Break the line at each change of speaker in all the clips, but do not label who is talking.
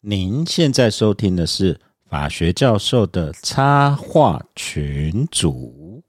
您现在收听的是法学教授的插画群组。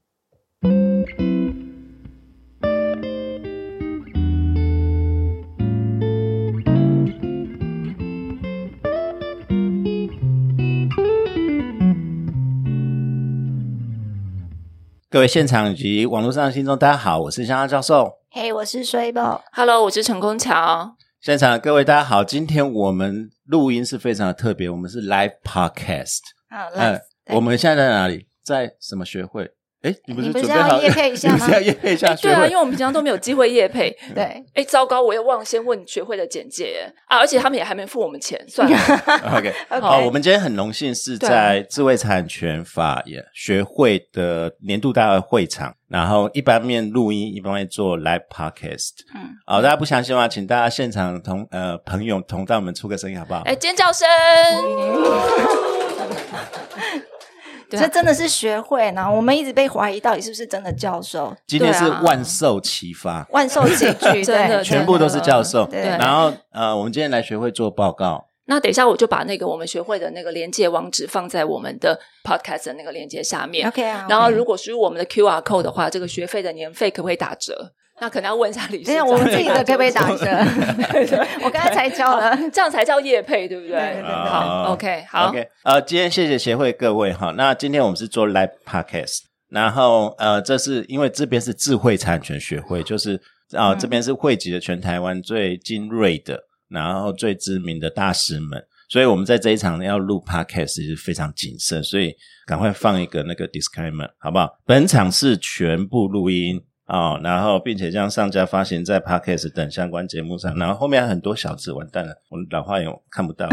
各位现场以及网络上的听众，大家好，我是香香教授。
嘿我是水宝，
Hello，我是陈功桥。
现场的各位大家好，今天我们录音是非常的特别，我们是 live podcast。
啊，
哎
嗯
来，，
我们现在在哪里？在什么学会？哎，你不是
你不
准
是
备好
要业配一 下
你不是
吗哎
要业配一下
对
学
啊，
会？
因为我们平常都没有机会夜配。
对，
哎，糟糕，我又忘了先问学会的简介耶啊！而且他们也还没付我们钱，算了。
OK，
嗯
OK
好，我们今天很荣幸是在智慧产权法也学会的年度大会场，然后一般面录音，一般面做 live podcast。
嗯，
好、大家不相信吗？请大家现场同呃朋友同道们出个声音好不好？
哎，尖叫声！对啊
这真的是学会呢。我们一直被怀疑到底是不是真的教授，
今天是
对啊
万寿齐发，
万寿 喜剧，
真的
对，
全部都是教授。
啊对
然后呃，我们今天来学会做报告。
那等一下我就把那个我们学会的那个连接网址放在我们的 Podcast 的那个连接下面。
OK 啊。
然后如果输入我们的 QR code 的话，这个学费的年费可不可以打折？那可能要问一下李
等
先
一下
生。
我们自己的可不可以打折？
对？ 对
我刚才才教了，
这样才叫夜配，对不对？
对对对
啊
好，OK，好
OK，呃，今天谢谢协会各位哈。那今天我们是做 Live Podcast，然后呃，这是因为这边是智慧产权学会，就是啊、呃
嗯
这边是汇集了全台湾最精锐的，然后最知名的大师们。所以我们在这一场要录 podcast 是非常谨慎，所以赶快放一个那个 disclaimer 好不好？本场是全部录音哦，然后并且将上架发行在 podcast 等相关节目上，然后后面还有很多小字，完蛋了，我老花眼看不到。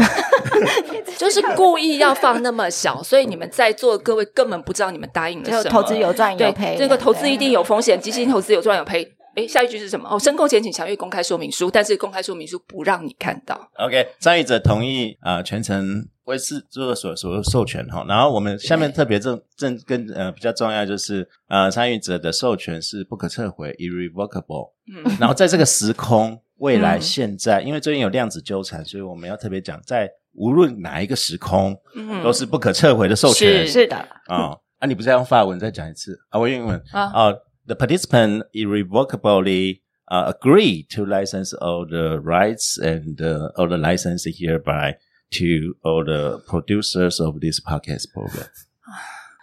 就是故意要放那么小，所以你们在座各位根本不知道你们答应了什
就
么。
投资有赚有
对
赔，
这个投资
对
一定有风险，基金投资有赚有赔。诶，下一句是什么？哦，申购前请详阅公开说明书，但是公开说明书不让你看到。
OK，参与者同意啊、呃全程为事制作所所授权哈。然后我们下面特别正正跟呃比较重要就是呃参与者的授权是不可撤回 （irrevocable）。
嗯，
然后在这个时空、未来、
嗯
现在，因为最近有量子纠缠，所以我们要特别讲，在无论哪一个时空
嗯
哦都是不可撤回的授权
是
是的，
啊、哦啊！你不是要用法文再讲一次啊？我用英文。
啊，
Uh, the participant irrevocably uh, agree to license all the rights and uh, all the license hereby to all the producers of this podcast program.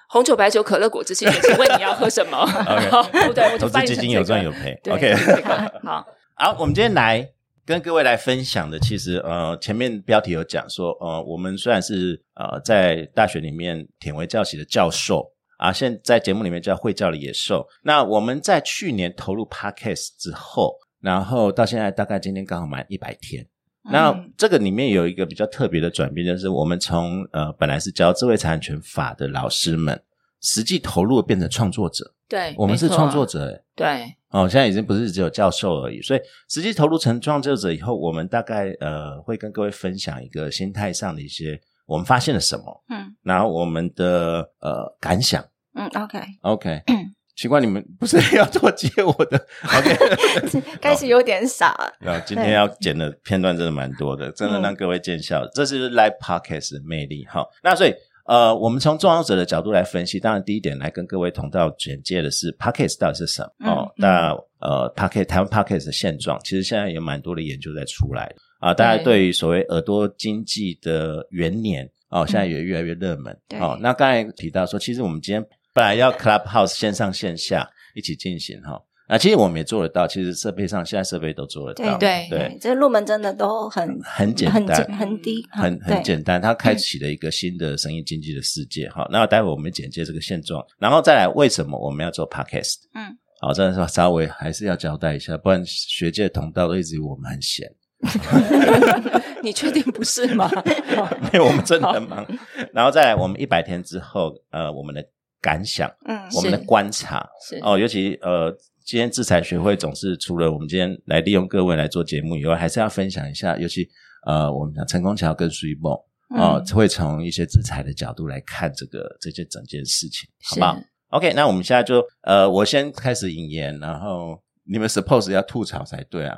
红酒、白酒、可乐、果汁、汽水，请问你要喝什 么？好不对，我
投
就
资
翻译
基
成
金
这
有
个
赚有。赔。
对
OK，
这个 好，
好，我们今天来跟各位来分享的，其实呃，前面标题有讲说，呃，我们虽然是呃在大学里面舔为教习的教授啊，现在节目里面叫会教的野兽。那我们在去年投入 Podcast 之后，然后到现在大概今天刚好满一百天。那
嗯
这个里面有一个比较特别的转变，就是我们从呃本来是教智慧产权法的老师们，实际投入变成创作者，
对，
我们是
没错
创作，者、欸，
对，
哦，现在已经不是只有教授而已，所以实际投入成创作者以后，我们大概呃会跟各位分享一个心态上的一些我们发现了什么，
嗯
然后我们的呃感想。
嗯，OK，
OK，奇怪，你们不是 要做接我的？OK，
开始有点傻了，
那今天要剪的片段真的蛮多
嗯
的，真的让各位见笑。这是 Live Podcast 的魅力哈。那所以呃，我们从创作者的角度来分析，当然第一点来跟各位同道简介的是 Podcast 到底是什么、
嗯
哦。
嗯
那呃，Podcast 台湾 Podcast 的现状，其实现在有蛮多的研究在出来啊、大家对于所谓耳朵经济的元年哦，现在也越来越热门、
嗯对
哦。那刚才提到说，其实我们今天本来要 Clubhouse 线上线下一起进行哈。啊，其实我们也做得到，其实设备上现在设备都做得到，
对
对，
这入门真的都很
很简
很
单
简，很低，
很
嗯对
很简单，它开启了一个新的声音经济的世界。
嗯
好，那待会我们简介这个现状，然后再来为什么我们要做 podcast。
嗯，
好，这是稍微还是要交代一下，不然学界同道都一直以为我们很闲，
你确定不 是吗？
因为我们真的很忙。然后再来，我们一百天之后，呃，我们的感想，
嗯，
我们的观察，
是
哦，尤其呃，今天制裁学会总是除了我们今天来利用各位来做节目以外，还是要分享一下，尤其呃，我们讲陈功桥跟苏一梦
嗯
哦，会从一些制裁的角度来看这个这件整件事情，好不好
是
？OK，那我们现在就呃，我先开始引言，然后你们 suppose 要吐槽才对啊。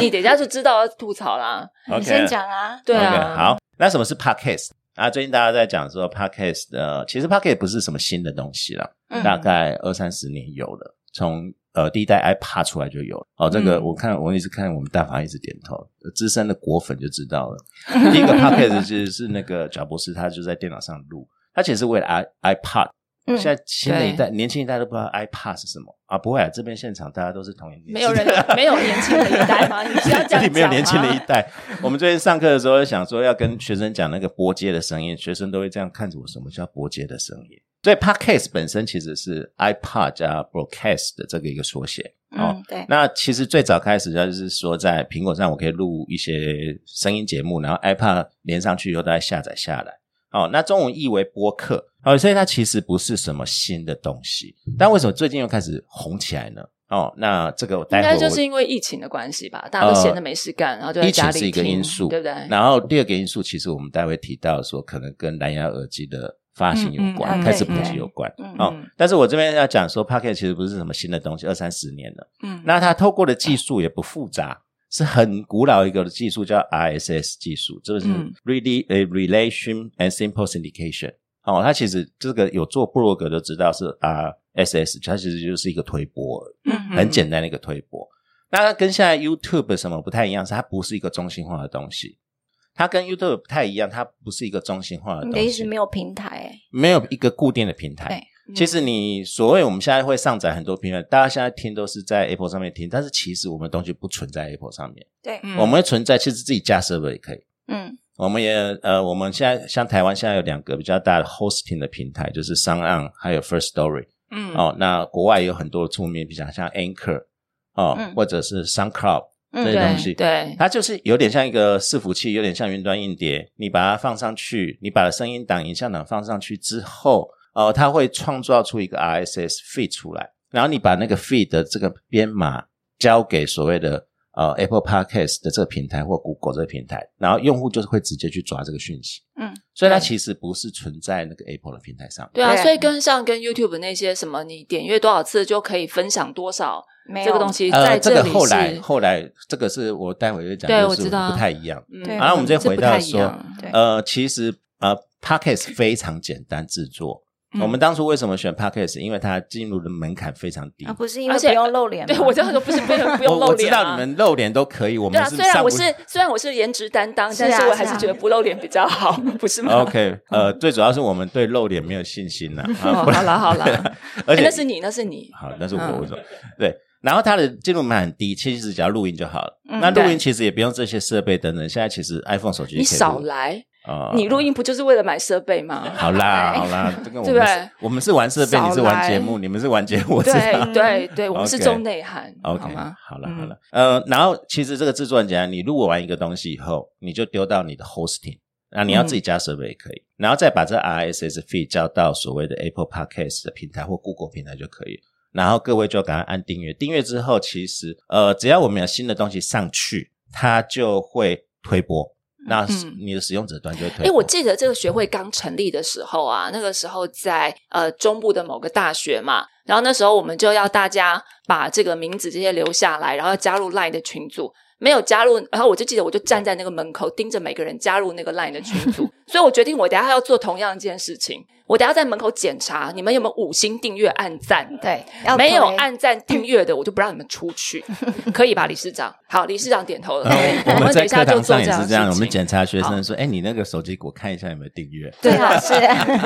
你等一下就知道要吐槽啦。
OK，
你先讲啊，
对
o k
啊，
好，那什么是 podcast 啊？最近大家在讲说 podcast 呃，其实 podcast 不是什么新的东西了，
嗯
大概二三十年有了，从呃第一代 iPad 出来就有了。哦，这个
嗯
我看我一直看我们大法一直点头，呃资深的果粉就知道了。 第一个 podcast 其实是那个贾博士，他就在电脑上录，他其实是为了 i iPad。
嗯
现在新的一代、年轻一代都不知道 iPad 是什么啊？不会啊，这边现场大家都是同一年纪的，
没有人没有年轻的一代吗？你是要这
这
样
里没有
讲
年轻的
吗
一代。我们最近上课的时候想说要跟学生讲那个拨接的声音，学生都会这样看着我，什么叫拨接的声音？所以 podcast 本身其实是 iPod 加 broadcast 的这个一个缩写。哦
嗯，对，
那其实最早开始它就是说，在苹果上我可以录一些声音节目，然后 iPad 连上去以后，大家下载下来。哦，那中文译为播客，哦，所以它其实不是什么新的东西。但为什么最近又开始红起来呢？哦，那这个我待
应
会儿
该
我呃
就是因为疫情的关系吧，大家都闲着没事干，然后就在
疫情
家里
是一个
听
因素，
对不对？
然后第二个因素，其实我们待会提到说，可能跟蓝牙耳机的发行有关，
嗯嗯
开始普
嗯
及
对
有关。
嗯
哦
嗯，
但是我这边要讲说 p o c k e t 其实不是什么新的东西，二三十年了。
嗯
那它透过的技术也不复杂，是很古老一个的技术，叫 RSS 技术，这个是
嗯
Really 呃 Relation and Simple Syndication。哦，它其实这个有做布洛格都知道是 RSS，它其实就是一个推波而已。
嗯
嗯
很简单的一个推播。那它跟现在 YouTube 什么不太一样，是它不是一个中心化的东西。它跟 YouTube 不太一样，它不是一个中心化的东
你的
西，
意思没有平台欸，
没有一个固定的平台
对。
嗯
其实你所谓我们现在会上载很多平台，大家现在听都是在 Apple 上面听，但是其实我们东西不存在 Apple 上面，
对，
嗯
我们会存在其实自己架 server 也可以。
哎嗯
我们也呃，我们现在像台湾现在有两个比较大的 hosting 的平台，就是 s o n 还有 First Story。
嗯
哦，那国外也有很多出名，比较像 Anchor 哦，
嗯
或者是 SoundCloud
嗯
这些东西，
对对
它就是有点像一个伺服器，有点像云端硬碟，你把它放上去，你把声音档、影像档放上去之后，呃，它会创造出一个 RSS feed 出来，然后你把那个 feed 的这个编码交给所谓的。呃，Apple Podcast 的这个平台或 Google 这个平台，然后用户就是会直接去抓这个讯息，
嗯，
所以它
对
其实不是存在那个 Apple 的平台上。
对啊，
对
所以跟像跟 YouTube 那些什么，你点阅多少次就可以分享多少
没有
这个东，西，
呃，
在
这
里
个
是
后来后来这个是我待会会讲，
对
就
我
是
知道
不太一样。
嗯
对
好那我们再
这
回
不
到
太一
说
样
对，
呃，其实呃 p o c k e t 非常简单制作。
嗯
我们当初为什么选 p o c k e t 因为它进入的门槛非常低。
啊，不是因为不
而且
用露脸吗，
对我这样说不是不用不用
我
露
我知
脸
道
啊
你。们露脸都可以，我
对
们
啊，
是
虽然
上
我
不
是虽然我是颜值担当，
是啊
但是我还
是
是
啊
觉得不露脸比较好，不是吗？
OK，呃，最主要是我们对露脸没有信心呐。啊
哦，
不然
好啦好啦，
而
哎
且
那是你，那是你，
好，那是我
嗯
我说对。然后它的进入门槛很低，其实只要录音就好了。
嗯
那录
对
音其实也不用这些设备等等，现在其实 iPhone 手机
你
就可以
少
录
来，
啊
你录音不就是为了买设备吗？
好啦，好啦，这个我
对
们
不
是
对
我们是玩设备，
少
你是玩
来
节目，你 们是玩节目，我知道。
对对对，我们是
OK
重内涵，好
OK，
吗？
好了
嗯
好了，呃，然后其实这个制作很简单，你录完一个东西以后，你就丢到你的 hosting，那你要自己
嗯
加设备也可以，然后再把这 RSS feed 交到所谓的 Apple Podcast 的平台或 Google 平台就可以了。然后各位就赶快按订阅，订阅之后，其实呃，只要我们有新的东西上去，它就会推播，那
嗯
你的使用者端就会推播。
哎，我记得这个学会刚成立的时候啊，那个时候在呃中部的某个大学嘛，然后那时候我们就要大家把这个名字这些留下来，然后加入 LINE 的群组。没有加入，然后我就记得我就站在那个门口盯着每个人加入那个 LINE 的群 组，所以我决定我等一下要做同样一件事情，我等一下在门口检查你们有没有五星订阅按赞，
对，要
没有
推
按赞订阅的，我就不让你们出去，可以吧，理事长？好，理事长点头了。OK，
我
们
们
等
在
一下
课
就
堂
做
上也
样
是
的
这样，我
事
们
情
检查学生说：“哎，你那个手机给我看一下有没有订阅。
对啊， 是，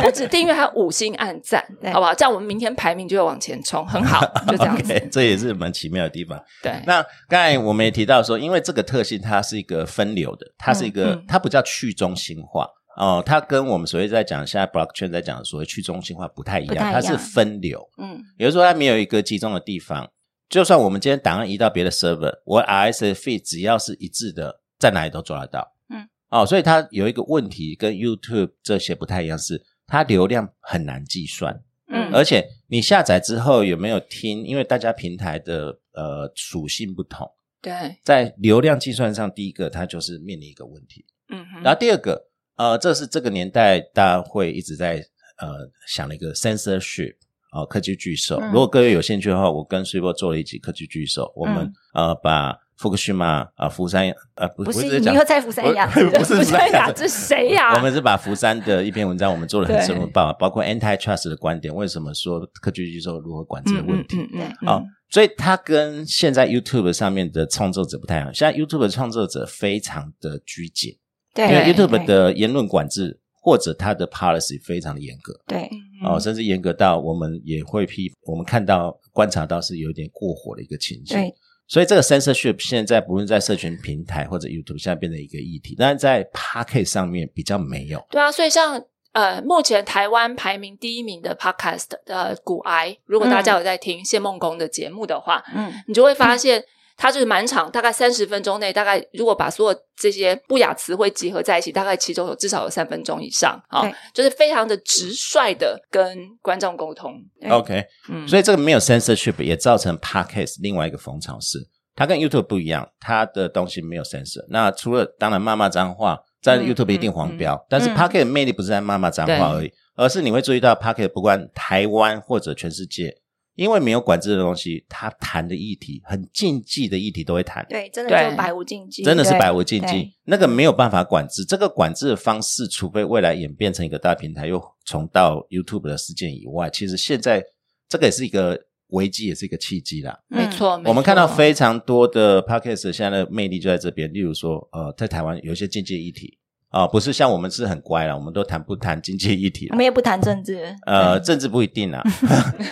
不止订阅，还有五星按赞，
对
好不好？这样我们明天排名就会往前冲，很好，就这样 子。
OK，这也是蛮奇妙的地方。
对，
那刚才我们也提到说，因为这个特性它是一个分流的，它是一个、
嗯嗯
它不叫去中心化哦、它跟我们所谓在讲现在 blockchain 在讲的所谓去中心化不太一样，
不太一
它
样
是分流，
嗯
也就是说它没有一个集中的地方。就算我们今天档案移到别的 server，我 RSS feed 只要是一致的，在哪里都抓得到。
嗯，
哦，所以它有一个问题跟 YouTube 这些不太一样是，它流量很难计算。
嗯
而且你下载之后有没有听？因为大家平台的呃属性不同，
对，
在流量计算上，第一个它就是面临一个问题，
嗯哼，
然后第二个呃，这是这个年代大家会一直在呃想的一个 censorship 呃科技巨兽。
嗯
如果各位有兴趣的话，我跟睡波做了一集科技巨兽，我们、呃把福克逊马啊福山啊不
不
不
是
讲，
你又在福山雅 治
不是
不
福
是
山雅
雅
治
这谁哎呀、
我们是把福山的一篇文章，我们做了很深入的
对
报道，包括 antitrust 的观点，为什么说科技巨兽如何管这个
嗯
问
嗯
题。
嗯嗯嗯，
哦，所以它跟现在 YouTube 上面的创作者不太一样。现在 YouTube 的创作者非常的拘谨，
对
因为
对
YouTube 的言论管制或者它的 policy 非常的严格
对
嗯
哦，甚至严格到我们也会批，我们看到观察到是有点过火的一个情绪。
对
所以这个 censorship 现在不论在社群平台或者 YouTube 现在变成一个议题，但是在 p o c k e t 上面比较没有。
对啊，所以像呃，目前台湾排名第一名的 podcast 呃，骨癌，如果大家有在听谢梦工的节目的话，
嗯
你就会发现。它就是满场，大概三十分钟内，大概如果把所有这些不雅词汇集合在一起，大概其中有至少有三分钟以上啊、
对
就是非常的直率的跟观众沟通。
对
OK，
嗯，
所以这个没有 censorship 也造成 podcast 另外一个风潮是，它跟 YouTube 不一样，它的东西没有 censor。那除了当然骂骂脏话，在
嗯
YouTube 一定黄标，但是 podcast 的魅力不是在骂骂脏话而已，而是你会注意到 podcast 不管台湾或者全世界，因为没有管制的东西，它谈的议题很禁忌的议题都会谈。
对，真
对
的就百无禁忌，
真的是
对
百无禁忌
对，
那个没有办法管制。这个管制的方式，除非未来演变成一个大平台，又重到 YouTube 的事件以外，其实现在这个也是一个危机，也是一个契机啦。
没
嗯
错，没错
我们看到非常多的 podcast 现在的魅力就在这边，例如说，呃，在台湾有一些经济议题啊、不是像我们是很乖啦，我们都谈不谈经济议题啦
我们也不谈政治，
呃，
嗯
对
政治不一定 啊，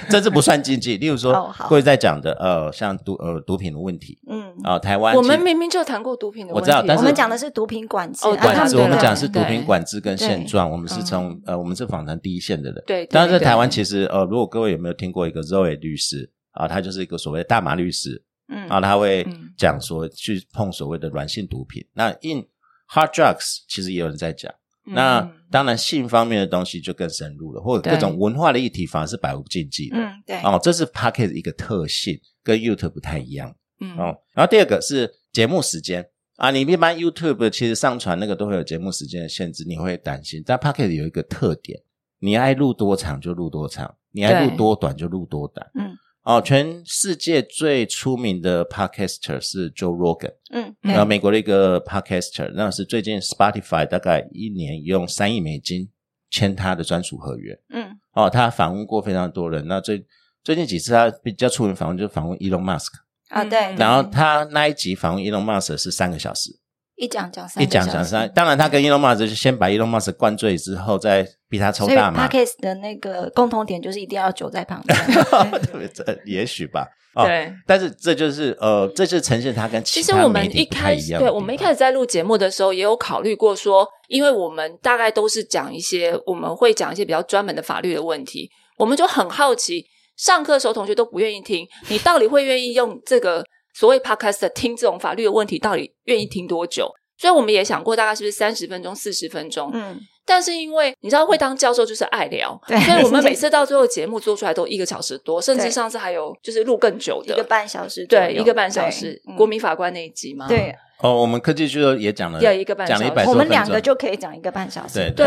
政治不算经济。例如说
哦，好
各位在讲的，呃，像毒呃毒品的问题
嗯，
啊、台湾
我们
其
明明就谈过毒品的
我
问
知
题，
道但
我
是
们讲的是毒品管制，
哦
啊
对
他
管
管
制，
制
们
我们
对
讲的是
对
毒品管制跟现状，我们是
嗯
从呃，我们是访谈第一线的人。
对，对
当然，在台湾
对
其实呃，如果各位有没有听过一个 Zoe 律师啊，他就是一个所谓的大麻律师
嗯
啊，他会
嗯
讲说去碰所谓的软性毒品。那 in hard drugs 其实也有人在讲。
嗯
那当然，性方面的东西就更深入了，或者各
对
种文化的议题反而是百无禁忌的。
嗯对，
哦，这是 Pocket 一个特性，跟 YouTube 不太一样。
嗯
哦，然后第二个是节目时间啊，你一般 YouTube 其实上传那个都会有节目时间的限制，你会担心。但 Pocket 有一个特点，你爱录多长就录多长，你爱录
对
多短就录多短。
嗯，
哦，全世界最出名的 Podcaster 是 Joe Rogan，
嗯
然后
对
美国的一个 Podcaster，那是最近 Spotify 大概一年用三亿美金签他的专属合约。
嗯
哦，他访问过非常多人，那最最近几次他比较出名访问就是访问 Elon Musk。
啊对，
嗯
然后他那一集访问 Elon Musk 是三个小时，
一讲讲三
一
个小
讲
时，
讲三。当然，他跟 Elon Musk 就是先把 Elon Musk 灌醉之后，再逼他抽
所以
大麻。
podcast 的那个共同点就是一定要酒在旁边，
对这也许吧。哦
对。
但是这就是呃，这就是呈现他跟其
其实
他
我
媒
们
体
一
不太
开
一
始，
样的地方。
对我们一开始在录节目的时候，也有考虑过说，因为我们大概都是讲一些，我们会讲一些比较专门的法律的问题，我们就很好奇，上课的时候同学都不愿意听，你到底会愿意用这个所谓 podcast 听这种法律的问题，到底愿意听多久？所以我们也想过，大概是不是三十分钟、四十分钟？
嗯
但是因为你知道，会当教授就是爱聊，
对
所以 我们每次到最后节目做出来都一个小时多，甚至
对
上次还有就是录更久
一
的
个半小时左右，
对，一个半小时
对，嗯
国民法官那一集吗？
对，
哦，我们科技巨头也讲了，
要一个半
讲了
小
一
时
百多
我们
分
两
钟
个就可以讲一个半小时，
对
对，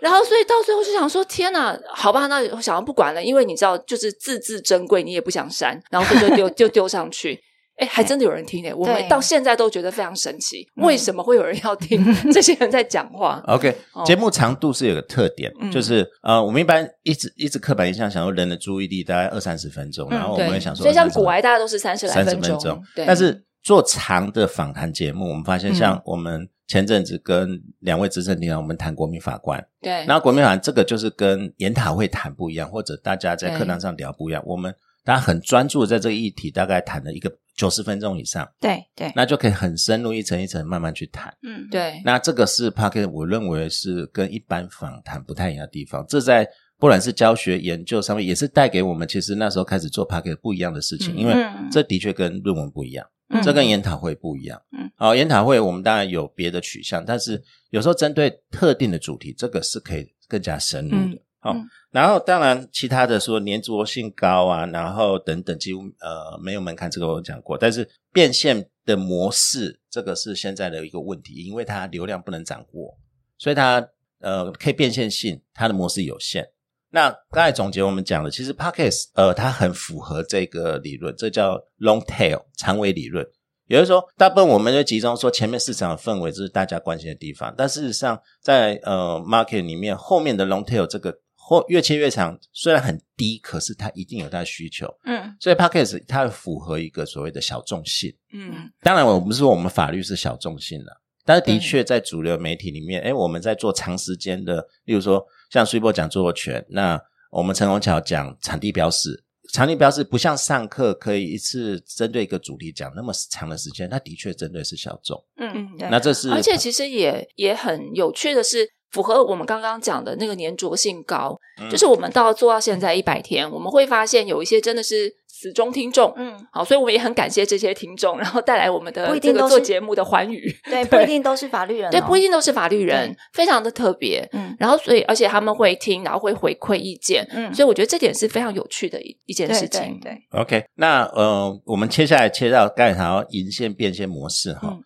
然后所以到最后就想说，天哪，好吧，那我想要不管了，因为你知道，就是字字珍贵，你也不想删，然后就 就丢就丢上去。哎，还真的有人听诶，我们
对嗯
到现在都觉得非常神奇，为什么会有人 要听这些人在讲话？
OK，
哦
节目长度是有个特点，
嗯
就是呃，我们一般一直一直刻板印象，想说人的注意力大概二三十分钟，
嗯
然后我
对
们会想说，
所以像古癌大家都是30来
三十
分钟
钟，
对嗯
但是做长的访谈节目，我们发现像我们前阵子跟两位资深领导，我们谈国民法官，
对，
然后国民法官这个就是跟研讨会谈不一样，或者大家在课堂上聊不一样，我们大家很专注地在这个议题，大概谈了一个九十分钟以上，
对对，
那就可以很深入一层一层慢慢去谈。
嗯
对，
那这个是 p o c k e t 我认为是跟一般访谈不太一样的地方。这在不管是教学研究上面，也是带给我们其实那时候开始做 p o c k e t 不一样的事情，
嗯
因为
嗯
这的确跟论文不一样，
嗯
这跟研讨会不一样。
嗯，
好，研讨会我们当然有别的取向，但是有时候针对特定的主题，这个是可以更加深入的。好、
嗯
然后当然其他的说粘着性高啊，然后等等，几乎呃没有门槛，这个我讲过。但是变现的模式，这个是现在的一个问题，因为它流量不能掌握，所以它呃可以变现性，它的模式有限。那刚才总结我们讲的，其实 Pockets 呃，它很符合这个理论，这叫 long tail 长尾理论。也就是说，大部分我们就集中说前面市场的氛围，这是大家关心的地方。但事实上在，呃 market 里面，后面的 long tail 这个或越切越长，虽然很低，可是它一定有它的需求。
嗯
所以 Pockets 它符合一个所谓的小众性。
嗯
当然，我不是说我们法律是小众性的，但是的
对
确在主流媒体里面，哎，我们在做长时间的，例如说像苏一波讲著作权，那我们陈宏桥讲场地标示，场地标示不像上课可以一次针对一个主题讲那么长的时间，它的确针对是小众。
嗯，对
那这是
啊而且其实也也很有趣的是，符合我们刚刚讲的那个粘着性高，
嗯
就是我们到做到现在一百天，我们会发现有一些真的是死忠听众。
嗯，
好，所以我们也很感谢这些听众，然后带来我们
不
的
一
这
定
个
都
做
是
节目的欢愉。
对，不一定都是法律人、
对，不一，定都是法律人
对，
非常的特别。
嗯
然后，所以而且他们会听，然后会回馈意见，
嗯，
所以我觉得这点是非常有趣的一一件
对
事
对
情。
对，
OK，那呃，我们切下来切到刚才谈到银线变现模式哈，
嗯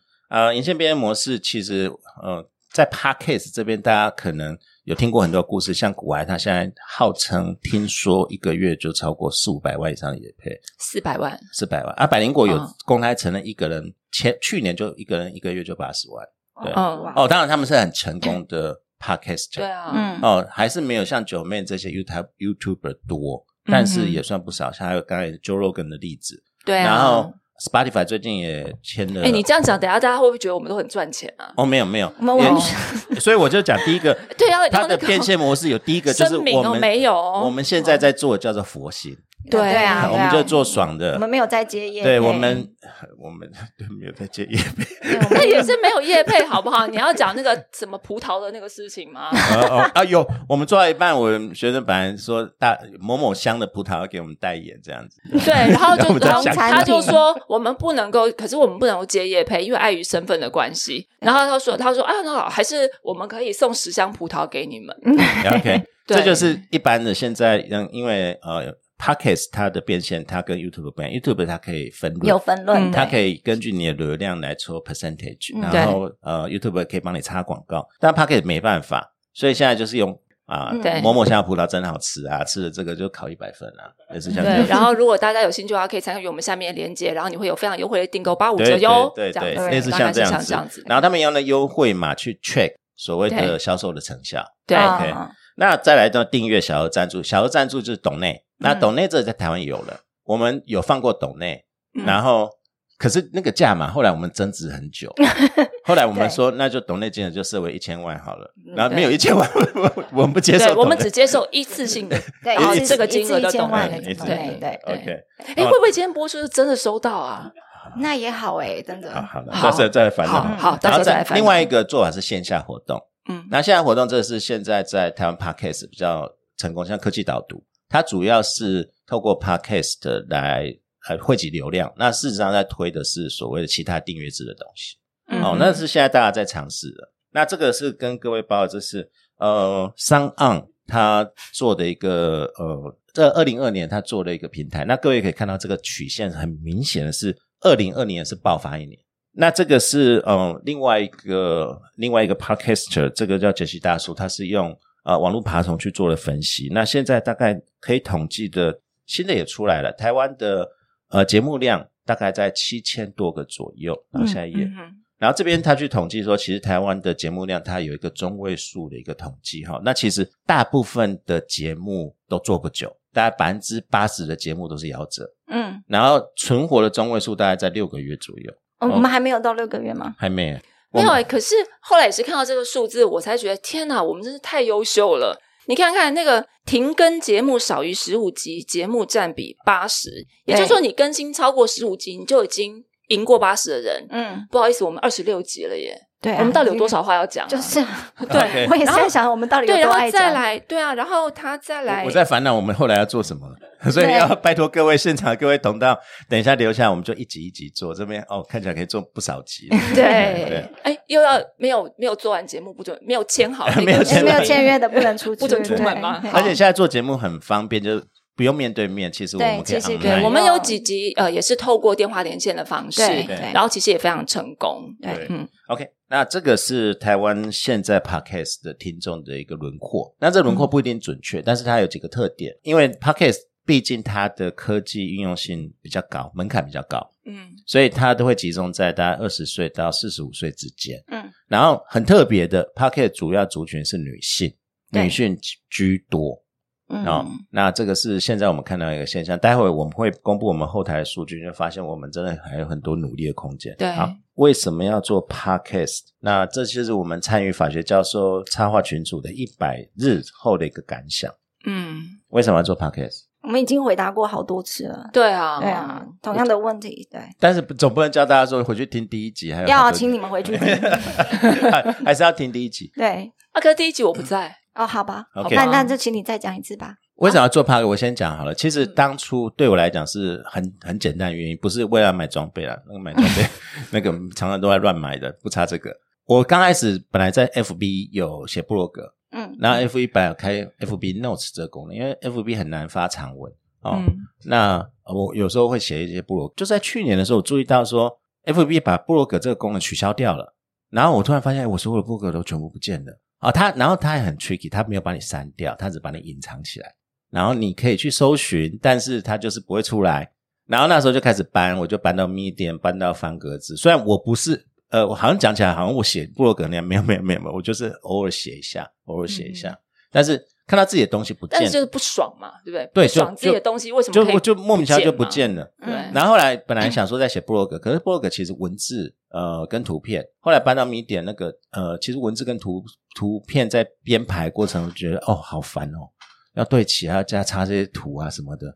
呃，银线变现模式其实呃，在 Parkcase 这边大家可能有听过很多故事，像古埃他现在号称听说一个月就超过四五百万以上的也配
四百万，
四百万，啊，百灵果有
嗯
公开承认一个人前去年就一个人一个月就八十万对
嗯
哇
哦，当然他们是很成功 的 Parkcase
对啊，
嗯
哦，还是没有像九妹这些 YouTube YouTuber 多，但
嗯
是
哼
也算不少，像还有刚才 Joe Rogan 的例子。
对啊。
然后 Spotify 最近也签
嗯
了，
哎、你这样讲，等一下大家会不会觉得我们都很赚钱 啊？，
哦没有没有，
我们完全
也所以我就讲第一个
对啊
它
然后那
的
个
变现模式有第一个就是
声明
我
哦
们
没有哦
我们现在在做的叫做佛系，
对啊
对啊，
我们就做爽的
我，们没有在接业配，
对我们我们对没有在接业配，
对，我
那
们
也是没有业配，好不好？你要讲那个什么葡萄的那个事情吗？
哦哦啊有，我们做到一半，我们学生本来说大某某乡的葡萄要给我们代言这样子，
对，然
让
后
我
就
们再
然后
想
他
想
就说我们不能够，可是我们不能够接业配，因为碍于身份的关系。然后他说他说啊，那好，还是我们可以送十箱葡萄给你们。
嗯 OK，
对
这就是一般的现在，嗯，因为呃 p o c k e t 它的变现，它跟 YouTube 不一样，YouTube 它可以分论
有分论，
嗯
它
对
可以根据你的流量来抽 percentage，、
嗯
然后呃 YouTube 可以帮你插广告，但 Pocket 没办法，所以现在就是用啊、
嗯
对
某某家葡萄真好吃啊，吃了这个就考一百分啊，也是像这样
对，然后如果大家有兴趣的话，可以参与我们下面的连接，然后你会有非常优惠的订购八五折
对
哟。
对
这样
对
子
对，类似像这
大概
样子
是像这样子。
然后他们用的优惠码去 check 所谓
对
的销售的成效。
对
啊
OK 那再来到订阅小额赞助，小额赞助就是董内，那
嗯
董内这在台湾有了，我们有放过董内，
嗯
然后可是那个价嘛，后来我们争执很 久，后来我们说那就董内金额就设为一千万好了，然后没有一千万， 我我们不接受
嗯
哦董
对，
内，
我们只接受一次性 的。
对，
然后
一次
这个
一
金
次
额的
一千
懂
万
了
的
一
懂
次
内
对
对，
OK，
哎，会不会今天播出是真的收到啊？
那也好哎，真的
好，好了，
好
到时候再来烦
好
恼。
好，到
然后
时候再来
再
翻。
另外一个做法是线下活动，
嗯，
那线下活动这是现在在台湾 podcast 比较成功，像科技导读，它主要是透过 podcast 来呃汇集流量。那事实上在推的是所谓的其他订阅制的东西，
嗯
哦，那是现在大家在尝试的。那这个是跟各位报的，这是呃商岸他做的一个呃，这二零二年他做的一个平台。那各位可以看到这个曲线很明显的是，二零二年是爆发一年。那这个是呃另外一个另外一个 podcaster，这个叫杰西大叔，他是用呃网络爬虫去做了分析。那现在大概可以统计的新的也出来了，台湾的呃节目量大概在七千多个左右。然后下一页，
嗯哼
然后这边他去统计说，其实台湾的节目量它有一个中位数的一个统计哈。那其实大部分的节目都做不久，大概百分之八十的节目都是夭折，
嗯，
然后存活的中位数大概在六个月左右，
哦我们还没有到六个月吗？
还没。
没有、
我们
欸，可是后来也是看到这个数字，我才觉得天哪，我们真是太优秀了！你看看那个停更节目少于十五集，节目占比八十，也就是说你更新超过十五集，你就已经赢过八十的人。
嗯，
不好意思，我们二十六集了耶，
对啊，
我们到底有多少话要讲啊、
就是啊，
对
我也是
然后
在想，我们到底有
对，
多
然
爱
后
讲
再来，对啊，然后他再来，
我在烦恼我们后来要做什么 了，所以
对
要拜托各位现场的各位同道，等一下留下，我们就一集一集做。这边哦，看起来可以做不少集。
对，哎，又要没有没有做完节目不准，没有签好那 个，
没有签
哎没有签约的不能出去，
不准出门吗
对嗯
好
而且现在做节目很方便，就是不用面对面，其实我们可以
对其实
online
可以
对，我们
有
有几集呃，也是透过电话连线的方式，
对
对
然后其实也非常成功。
对
嗯
，OK，那这个是台湾现在 podcast 的听众的一个轮廓，那这轮
嗯
廓不一定准确，但是它有几个特点，因为 podcast 毕竟它的科技应用性比较高，门槛比较高，
嗯
所以它都会集中在大概二十岁到四十五岁之间。
嗯，
然后很特别的 p o c k e t 主要族群是女性，
对
女性居多
嗯
啊、哦那这个是现在我们看到一个现象，待会我们会公布我们后台的数据，就发现我们真的还有很多努力的空间。
对
好，为什么要做 podcast？那这就是我们参与法学教授插画群组的一百日后的一个感想。
嗯，
为什么要做 podcast？
我们已经回答过好多次了。
对啊，
对啊，同样的问题，对，
但是不总不能教大家说回去听第一集，还有
要
哎好多
请你
集
们回去听。
还 还是要听第一集。
对，
啊，可是第一集我不在，
哦，好吧
OK
那那就请你再讲一次吧。
为什么要做 p a r k 我先讲好了。其实当初对我来讲是很很简单的原因，不是为了买装备啊，那个买装备那个常常都在乱买的，不差这个。我刚开始本来在 FB 有写部落格，
嗯
那 FB 本来有开 FB Notes 这个功能，因为 FB 很难发长文哦。
嗯
那呃我有时候会写一些部落，就在去年的时候，我注意到说 FB 把部落格这个功能取消掉了，然后我突然发现哎我所有的部落格都全部不见了啊！它然后它也很 tricky，它没有把你删掉，它只把你隐藏起来，然后你可以去搜寻，但是它就是不会出来。然后那时候就开始搬，我就搬到 Medium，搬到方格子。虽然我不是呃，我好像讲起来好像我写部落格那样，没有没有没有没有，我就是偶尔写一下，偶尔写一下，但是看到自己的东西不见
嗯但
了，
是就是不爽嘛，对不对？
对
不爽
就
自己的
就
东西为什么
就
可以
我就莫名其妙就不
嘛？
见了。
对
嗯
然后后来本来想说在写部落格，可是部落格其实文字呃跟图片，后来搬到米点那个呃，其实文字跟图图片在编排过程，我觉得哦好烦哦，要对齐，还要加插这些图啊什么的。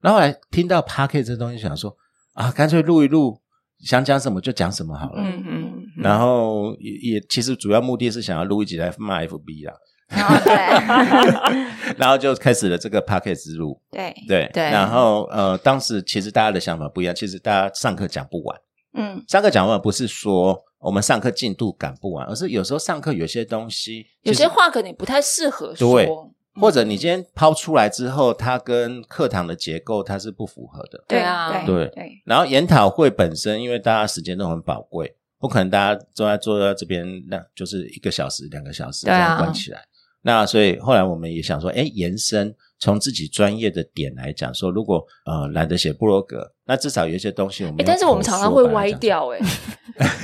然后后来听到 p a c k e t 这东西，想说啊，干脆录一录，想讲什么就讲什么好了。
嗯嗯，嗯
然后也也其实主要目的是想要录一集来骂 FB 啦，
然后哦对
然后就开始了这个 p a c k e t 之路。
对，
对
对
然后呃，当时其实大家的想法不一样，其实大家上课讲不完，
嗯
上课讲不完不是说我们上课进度赶不完，而是有时候上课有些东西，
有
其
些
实
话可能不太适合
对
说，
或者你今天抛出来之后，它跟课堂的结构它是不符合的。
对啊
对
对对
然后研讨会本身，因为大家时间都很宝贵，不可能大家都在坐在这边，那就是一个小时、两个小时这
对啊
样关起来。那所以后来我们也想说，哎，延伸从自己专业的点来讲，说如果呃懒得写部落格，那至少有一些东西我们
哎，
用
但是我们
口
常常
说
会
把它
歪
讲出来
掉，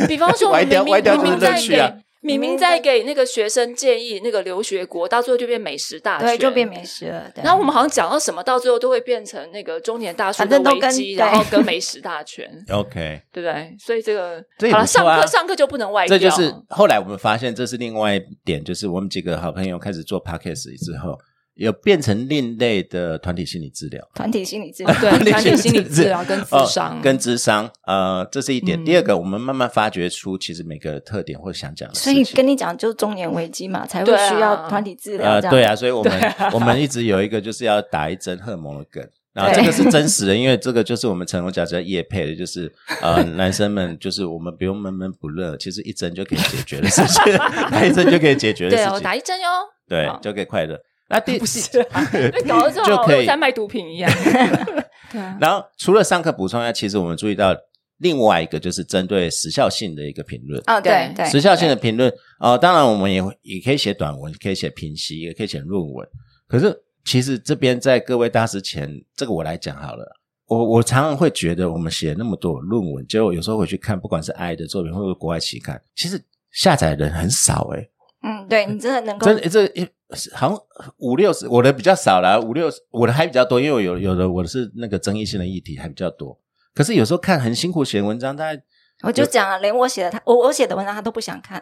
哎，比方说 我
歪
们
掉
明
歪掉
明
就是
明明在
乐
趣啊
给明明在给那个学生建议那个留学国，到最后就变美食大学，
对，就变。美食了。对
然啊后我们好像讲到什么，到最后都会变成那个中年大叔
反
的
正都
危
跟
机，
对
然后跟美食大全，
OK，
对不对？所以这个
这也
好了，
不错
上
啊
课上课就不能外
这
掉，
就是后来我们发现，这是另外一点，就是我们几个好朋友开始做 podcast 之后，有变成另类的团体心理治疗。
团体心 理治疗，
对团体心理治疗跟
哦
智商，
跟智商，呃，这是一点。
嗯
第二个，我们慢慢发掘出其实每个特点或想讲的
所
事
以
情。
跟你讲，就是中年危机嘛，才会
对啊
需要团体治疗
呃，
这样。
对啊，所以我们、
对啊
我们一直有一个就是要打一针荷尔蒙的梗，然后这
对
个是真实的，因为这个就是我们成龙角在夜配的，就是呃男生们就是我们不用闷闷不乐，其实一针就可以解决的事 情， 打一针就可以解决的
对
事
啊，我
情，
打一针哟，
对
好
就可以快乐。那第
不是啊，被搞得这
就
种
可以哎
在卖毒品一样，对啊，
然后除了上课补充呢，其实我们注意到另外一个就是针对时效性的一个评论。
啊，对
对
对，
时效性的评论呃，当然我们也会也可以写短文，可以写评析，也可以写论文。可是其实这边在各位大师前，这个我来讲好了。我我常常会觉得，我们写那么多论文，结果有时候回去看，不管是 I 的作品或者国外期刊，其实下载人很少欸诶、
嗯，对你真的能够
真的这一好像五六十，我的比较少啦，五六十我的还比较多，因为我有有的我的是那个争议性的议题还比较多。可是有时候看很辛苦写文章，大概
我就讲了，连我写的他，我我写的文章他都不想看。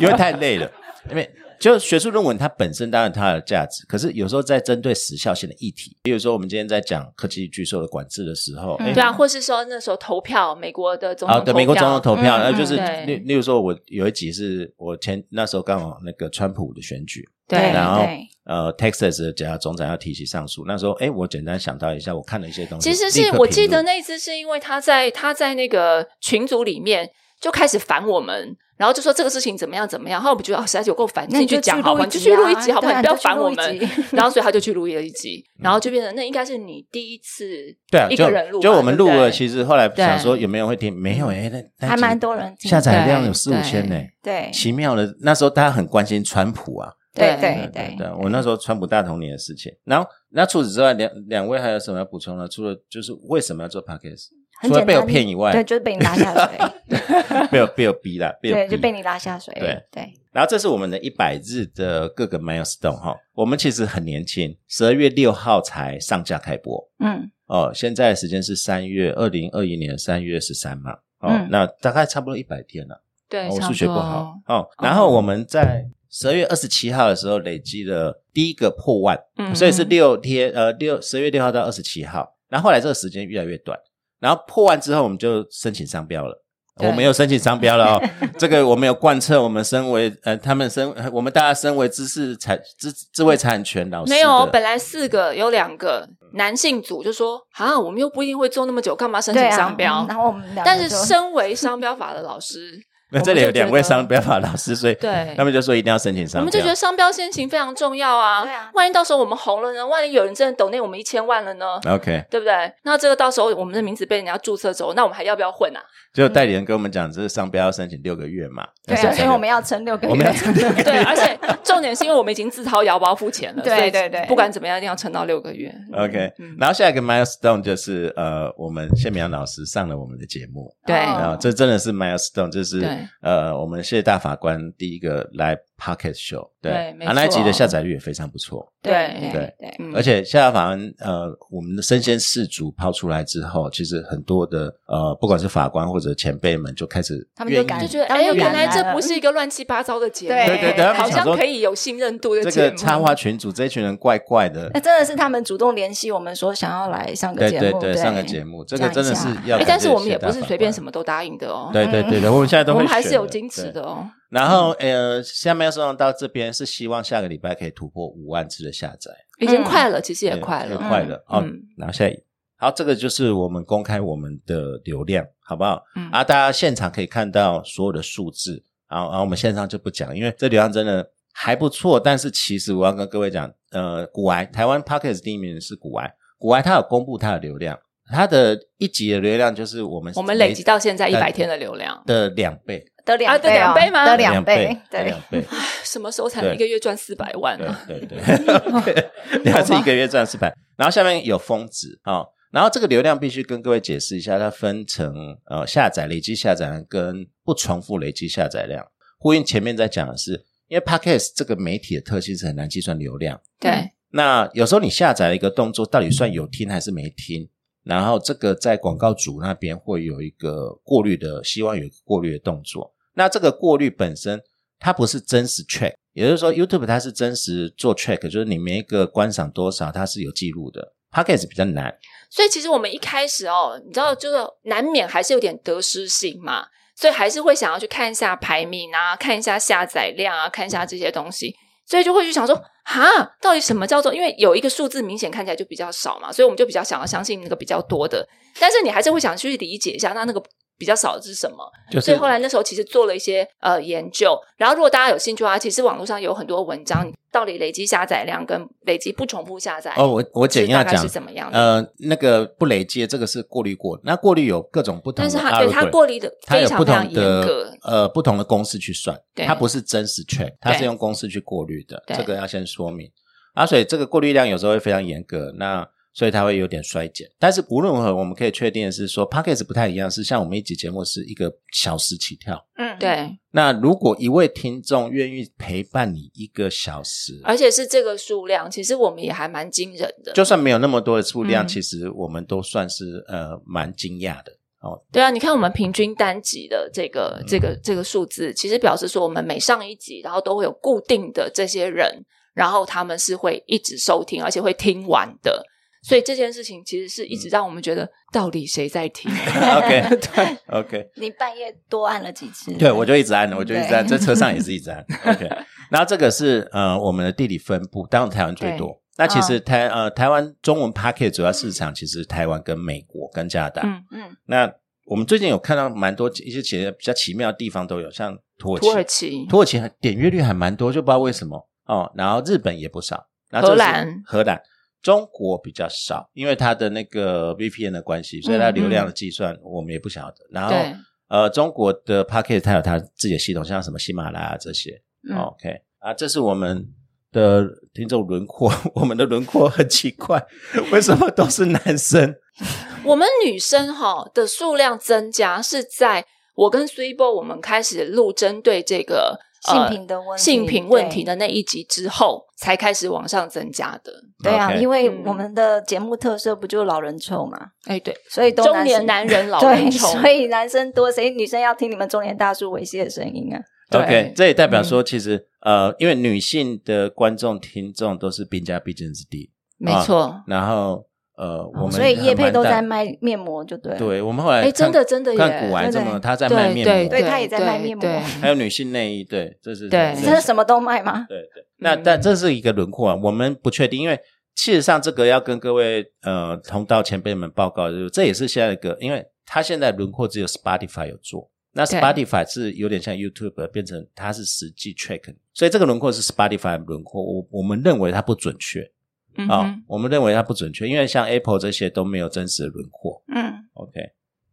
因为太累了， 因为就学术论文它本身当然它有价值，可是有时候在针对时效性的议题，比如说我们今天在讲科技巨兽的管制的时候，
嗯
诶
对啊，或是说那时候投票，美国的总统
啊，对，美国总统投票，
嗯
那、就是
嗯
例例如说，我有一集是我前那时候刚好那个川普的选举，
对
然后
对
呃，Texas 的检察总长要提起上诉，那时候哎，诶我简单想到一下，我看了一些东西，
其实
立
是
刻
我
评
记得
论
那一次是因为他在他在那个群组里面就开始烦我们，然后就说这个事情怎么样怎么样。然后我们觉得哦，实在是有够烦，你
那
自
你
己去讲好
录
吗？
一
你
集
就去录一
啊
集好
对
吗？
啊
你
你
不要
就去
烦
录
我
一
们
集。
然后所以他就去录了一集，
嗯
然后就变成那应该是你第一次
对啊，
一个
就
人录吧，
就我们
对
录
不对
了，其实后来想说
对
有没有人会听，没有哎，那那
还蛮
集
多人听
下载量
对
有四五千呢
对，
对
奇妙的。那时候大家很关心川普啊，
对
对
对
对
对
对，我那时候川普大同年的事情。然后，那除此之外，两两位还有什么要补充呢？除了就是为什么要做 podcast，
很
除了
简单，
被我骗以外
对，，就是被你拉下 水，
被我被我逼了，被
对，
我
就被
逼。
你拉下水，
对
对
然后这是我们的一百日的各个 milestone 哈，我们其实很年轻，十二月六号才上架开播
嗯，
哦。现在的时间是三月二零二一年三月十三嘛，哦，
嗯
那大概差不多一百天了。
对，
哦我
差
数
不
学不
多
好，哦。然后我们在十二月二十七号的时候累积了第一个破万，
嗯
所以是六天，呃，六十月六号到二十七号。然后后来这个时间越来越短，然后破万之后我们就申请商标了。
对
我们有申请商标 了哦，这个我们有贯彻我们身为呃，他们身我们大家身为知识产知智慧产权老师
没
的
有，本来四个有两个男性组就说啊，我们又不一定会 做那么久，干嘛申
对
请
啊
商标？
嗯然后我们两个
但是
就
身为商标法的老师，
那
我
这
们
里
就
有两
觉
位
得
商标法老师，所以
对
他们就说一定要申请
我
商
们就觉
标
得。商标先行非常重要啊。
对啊
万一到时候我们红了呢？万一有人真的抖内我们一千万了呢？
OK，
对不对？那这个到时候我们的名字被人家注册走，那我们还要不要混啊？
就代理人跟我们讲，这是商标要申请六个月嘛，
对
那
啊，
申
所
请
以
六
我们要撑六个
我们要
月，
申请六个月
对，而且重点是因为我们已经自掏腰包付钱了，
对
所以
对对
不管怎么样一定要撑到六个月。
OK，、
嗯
然后下一个 milestone 就是呃，我们谢明阳老师上了我们的节目，
对
啊、
哦
这真的是 milestone，就是
对
呃，我们谢大法官第一个来 Pocket Show，对，
对没
啊，那一集的
错
下载率也非常不错，
对
对对，
嗯
而且谢大法官呃，我们的身先士卒抛出来之后，其实很多的呃，不管是法官或者前辈们就开始
他们就
愿意
感
就觉得，哎、
当然
原来
了
这不是一个乱七八糟的节目，
嗯对对对对他们
好
想
像
说
可以有信任度的
这
节
个
目。
插花群主这一群人怪怪的
那，真的是他们主动联系我们说想要来上个
对
节
对
目，
对，上个节
目，
目，这个
讲一
真的是
下
要
哎
感
但是
谢
我们也
谢大
不是
法
随便
官
什么都答应的哦，
对对对对，我们现在都
我
会
们还是
选
有
的
矜持
对
的哦。
然后呃，下面要送到这边是希望下个礼拜可以突破五万次的下载，
已
嗯
经快了，其实也
对
快了，
也快了
嗯
哦
嗯。
然后下一，好，这个就是我们公开我们的流量，好不好
嗯？
啊，大家现场可以看到所有的数字，然后然后我们线上就不讲，因为这流量真的还不错。但是其实我要跟各位讲，呃，古癌台湾 p o c k e t 第一名是古癌，古癌它有公布它的流量，它的一集的流量就是我们
嗯我们累积到现在一
累
百天的流量，
的两倍，
得两
啊得两
哦
倍吗
得两
倍
倍，，
得
对
两，倍。
什么时候才
对
能一个月赚四百万
对
啊？
对对， 你还是一个月赚四百，然后下面有峰值啊、哦，然后这个流量必须跟各位解释一下，它分成呃下载累积下载量跟不重复累积下载量。呼应前面在讲的是，因为 Podcast 这个媒体的特性是很难计算流量，
对
那有时候你下载了一个动作，到底算有听还是没听？然后这个在广告主那边会有一个过滤的，希望有一个过滤的动作。那这个过滤本身它不是真实 check，也就是说 YouTube 它是真实做 check，就是你每一个观赏多少它是有记录的。Podcast 比较难，
所以其实我们一开始哦，你知道，就是难免还是有点得失心嘛，所以还是会想要去看一下排名啊，看一下下载量啊，看一下这些东西，所以就会去想说，哈，到底什么叫做？因为有一个数字明显看起来就比较少嘛，所以我们就比较想要相信那个比较多的，但是你还是会想去理解一下，那那个比较少的是什么？
就
所
是
以后来那时候其实做了一些呃研究，然后如果大家有兴趣的话，其实网络上有很多文章，你到底累积下载量跟累积不重复下载
哦，我我简
是大
要
概
讲
是，怎么样的？
呃，那个不累积的这个是过滤过，那过滤有各种不同
但
的 algorithm，
是它对它过滤的
它
非
有
常
不
非常
同
严
的
格，
呃不同的公式去算，
对
它不是真实 check，它是
对
用公式去过滤的，
对
这个要先说明。啊，所以这个过滤量有时候会非常严格，那所以它会有点衰减。但是无论如何，我们可以确定的是说 p a c k a g e 不太一样，是像我们一集节目是一个小时起跳。
嗯，
对，
那如果一位听众愿意陪伴你一个小时，
而且是这个数量，其实我们也还蛮惊人的。
就算没有那么多的数量，
嗯
其实我们都算是呃蛮惊讶 的。
对啊，你看我们平均单集的这个、
嗯
这个这个数字，其实表示说我们每上一集，然后都会有固定的这些人，然后他们是会一直收听，而且会听完的。所以这件事情其实是一
嗯
直让我们觉得，到底谁在听？
OK 对 OK，
你半夜多按了几
嗯
次？
对，我就一直按，我就一直按，
对
在车上也是一直 按。OK，然后这个是呃我们的地理分布，当然台湾最多。那其
哦
实台、呃台湾中文 Pocket 主要市场其实台湾跟美国跟加拿大。
嗯
嗯，
那我们最近有看到蛮多一些企业比较奇妙的地方都有，像土耳其，
土耳其，
土耳其还点阅率还蛮多，就不知道为什么哦。然后日本也不少，然后这是
荷兰
荷兰。中国比较少，因为它的那个 VPN 的关系，所以它流量的计算我们也不晓得。然后
嗯对，
呃，中国的 Pocket 它有它自己的系统，像什么喜马拉雅这些。
嗯
OK 啊，这是我们的听众轮廓， 我们的轮廓很奇怪，为什么都是男生？
我们女生哈的数量增加是在我跟 s u e b o 我们开始录针对这个呃
性平的问题，
性平问题
的，
的那一集之后，才开始往上增加的。
对啊，因
为
为
嗯
我们的节目特色不就是老人臭嘛，
哎，对，
所以都
中年
生
男人老
对，
人丑，
所
啊
以男生多，谁女生要听你们中年大叔猥亵的声音啊？
对
OK，这也代
嗯
表说，其实、呃，因为女性的观众听众都是兵家必争之地，
没错。
然后呃，我
哦
们
所以叶
很
佩
蛮
都
大
在卖面膜，就对了。
对，我们后来
哎，
看
真的真的
看古
耶，
玩这
对
么，
对
他在卖
对
面
对，
膜，
对他也在卖面膜
对
还有女性内衣，对，这是
对
真的什么都卖吗？
对对，那
嗯
但这是一个轮廓啊，我们不确定，因为事实上这个要跟各位呃同道前辈们报告，就是这也是现在一个，因为它现在轮廓只有 Spotify 有做，那
对
Spotify 是有点像 YouTube 变成它是实际 track，所以这个轮廓是 Spotify 的轮廓，我我们认为它不准确
嗯
啊、
哼
我们认为它不准确，因为像 Apple 这些都没有真实的轮廓，
嗯，
OK，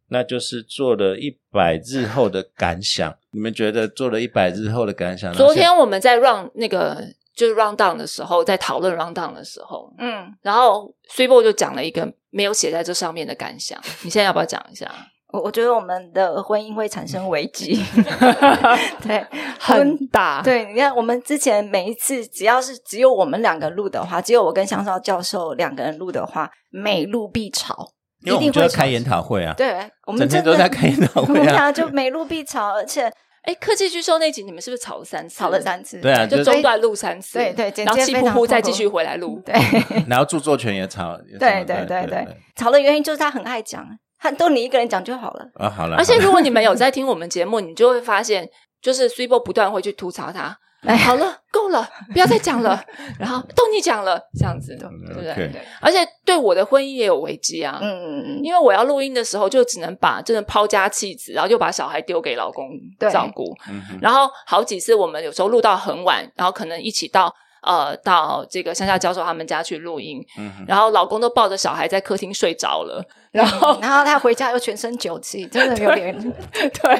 那就是做了一百日后的感想。你们觉得做了一百日后的感想？
昨天我们在 round 那个就是 round down 的时候，在讨论 round down 的时候，
嗯，
然后 s u e b o 就讲了一个没有写在这上面的感想，你现在要不要讲一下？
我我觉得我们的婚姻会产生危 机。对，
很大，
对，你看我们之前每一次只要是只有我们两个录的话，只有我跟香少教授两个人录的话，每录必吵。
因为我
一
们
定
就
会
要开
吵
研讨会啊，，
对，我们
整天
真
都
的
在开研讨
我
会
们
啊，
俩就每录必吵，而且
哎，科技巨兽那集你们是不是吵了三次？
吵了，三次。
对啊，
就
就
中断录三次，
对对剪
然后
接
气
非
呼
常
呼再
痛
继
苦
续回来
嗯
录，
对
然后著作权也吵，也
对
吵
对对对
对，
吵的原因就是他很爱讲，他都你一个人讲就好了。
啊，好了，
而且
好了
如果你们有在听我们节目，你就会发现，就是 s u e b o 不断会去吐槽他。
哎
好了，够了，不要再讲 了。然后都你讲了，这样子，对不对
OK
对而且对我的婚姻也有危机啊，
嗯，
因为我要录音的时候，就只能把真的抛家弃子，然后就把小孩丢给老公
对
照顾。
嗯哼
然后好几次我们有时候录到很晚，然后可能一起到呃到这个乡下教授他们家去录音，
嗯哼
然后老公都抱着小孩在客厅睡着了，然后
嗯
嗯
然后他回家又全身酒气，真的有点
对，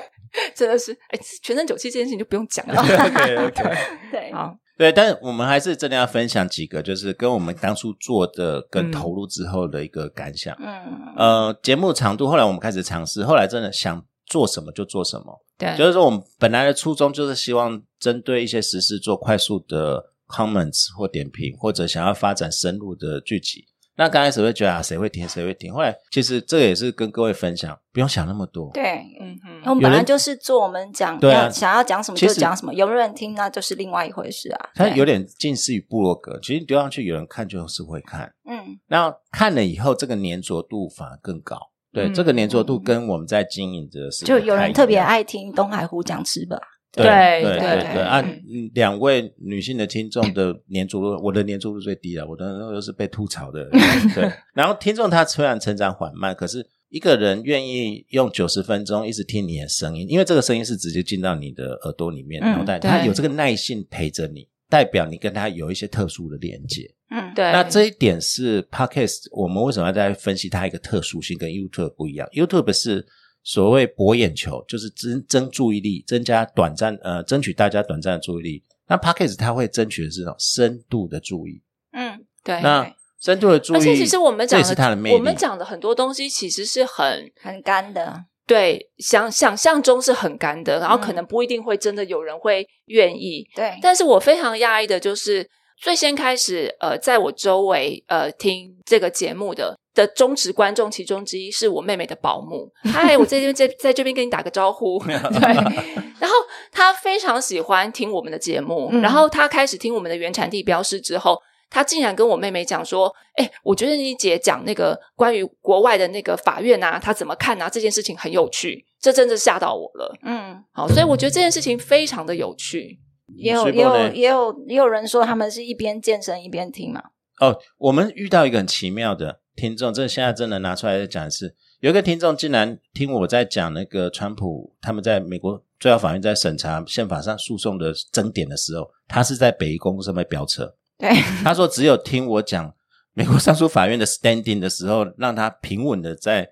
真的是，哎，全身酒气这件事情就不用讲 了。
，OK OK，
对
好，
对，但是我们还是真的要分享几个，就是跟我们当初做的跟
嗯
投入之后的一个感想。
嗯，
呃，节目长度后来我们开始尝试，后来真的想做什么就做什么，
对，
就是说，我们本来的初衷就是希望针对一些实事做快速的 comments 或点评，或者想要发展深入的剧集。那刚开始会觉得啊，谁会听，谁会听。后来其实这个也是跟各位分享，不用想那么多。
对。
嗯
我
哼，
们本来就是做我们讲
对啊
要想要讲什么
其
就
实
讲什么，有没有人听那就是另外一回事啊。
它
对
有点近似于部落格，其实丢上去有人看就是会看，
嗯，
那看了以后这个粘着度反而更高。对，
嗯
这个粘着度跟我们在经营的是
就有人特别
爱。
爱听东海湖讲吃吧。
对对
对对
对
对
啊
嗯，
嗯两位女性的听众的粘着度，我的粘着度最低了，我的那个是被吐槽 的。对，然后听众他虽然成长缓慢，可是一个人愿意用九十分钟一直听你的声音，因为这个声音是直接进到你的耳朵里面、
嗯
脑袋，
对
他有这个耐性陪着你，代表你跟他有一些特殊的连接。
嗯，
对，
那这一点是 podcast 我们为什么要再分析它一个特殊性，跟 YouTube 不一样？YouTube 是所谓博眼球，就是争争注意力，增加短暂呃，争取大家短暂的注意力。那 podcast 它会争取的是那种深度的注意，
嗯，
对。
那深度的注意，
而且其实我们
这
讲
也是它的
的，
魅力。
我们讲的很多东西其实是很
很干的。
对想想象中是很干的，然后
嗯
可能不一定会真的有人会愿意。
对，
但是我非常讶异的就是，最先开始呃，在我周围呃听这个节目的的忠实观众其中之一是我妹妹的保姆。嗨，我在这边在在这边跟你打个招呼。对， 然后她非常喜欢听我们的节目，
嗯
然后她开始听我们的原产地标示之后。她竟然跟我妹妹讲说：“哎、我觉得你姐讲那个关于国外的那个法院啊，她怎么看啊？这件事情很有趣，这真的吓到我了。
嗯，
好，所以我觉得这件事情非常的有趣。
也有
所以
也
说
有
呢
也有也有人说他们是一边健身一边听嘛。
哦，我们遇到一个很奇妙的听众，这现在真的拿出来再讲一次。有一个听众竟然听我在讲那个川普他们在美国最高法院在审查宪法上诉讼的争点的时候，他是在北宜公路上面飙车。
对，
他说只有听我讲美国上诉法院的 standing 的时候，让他平稳的在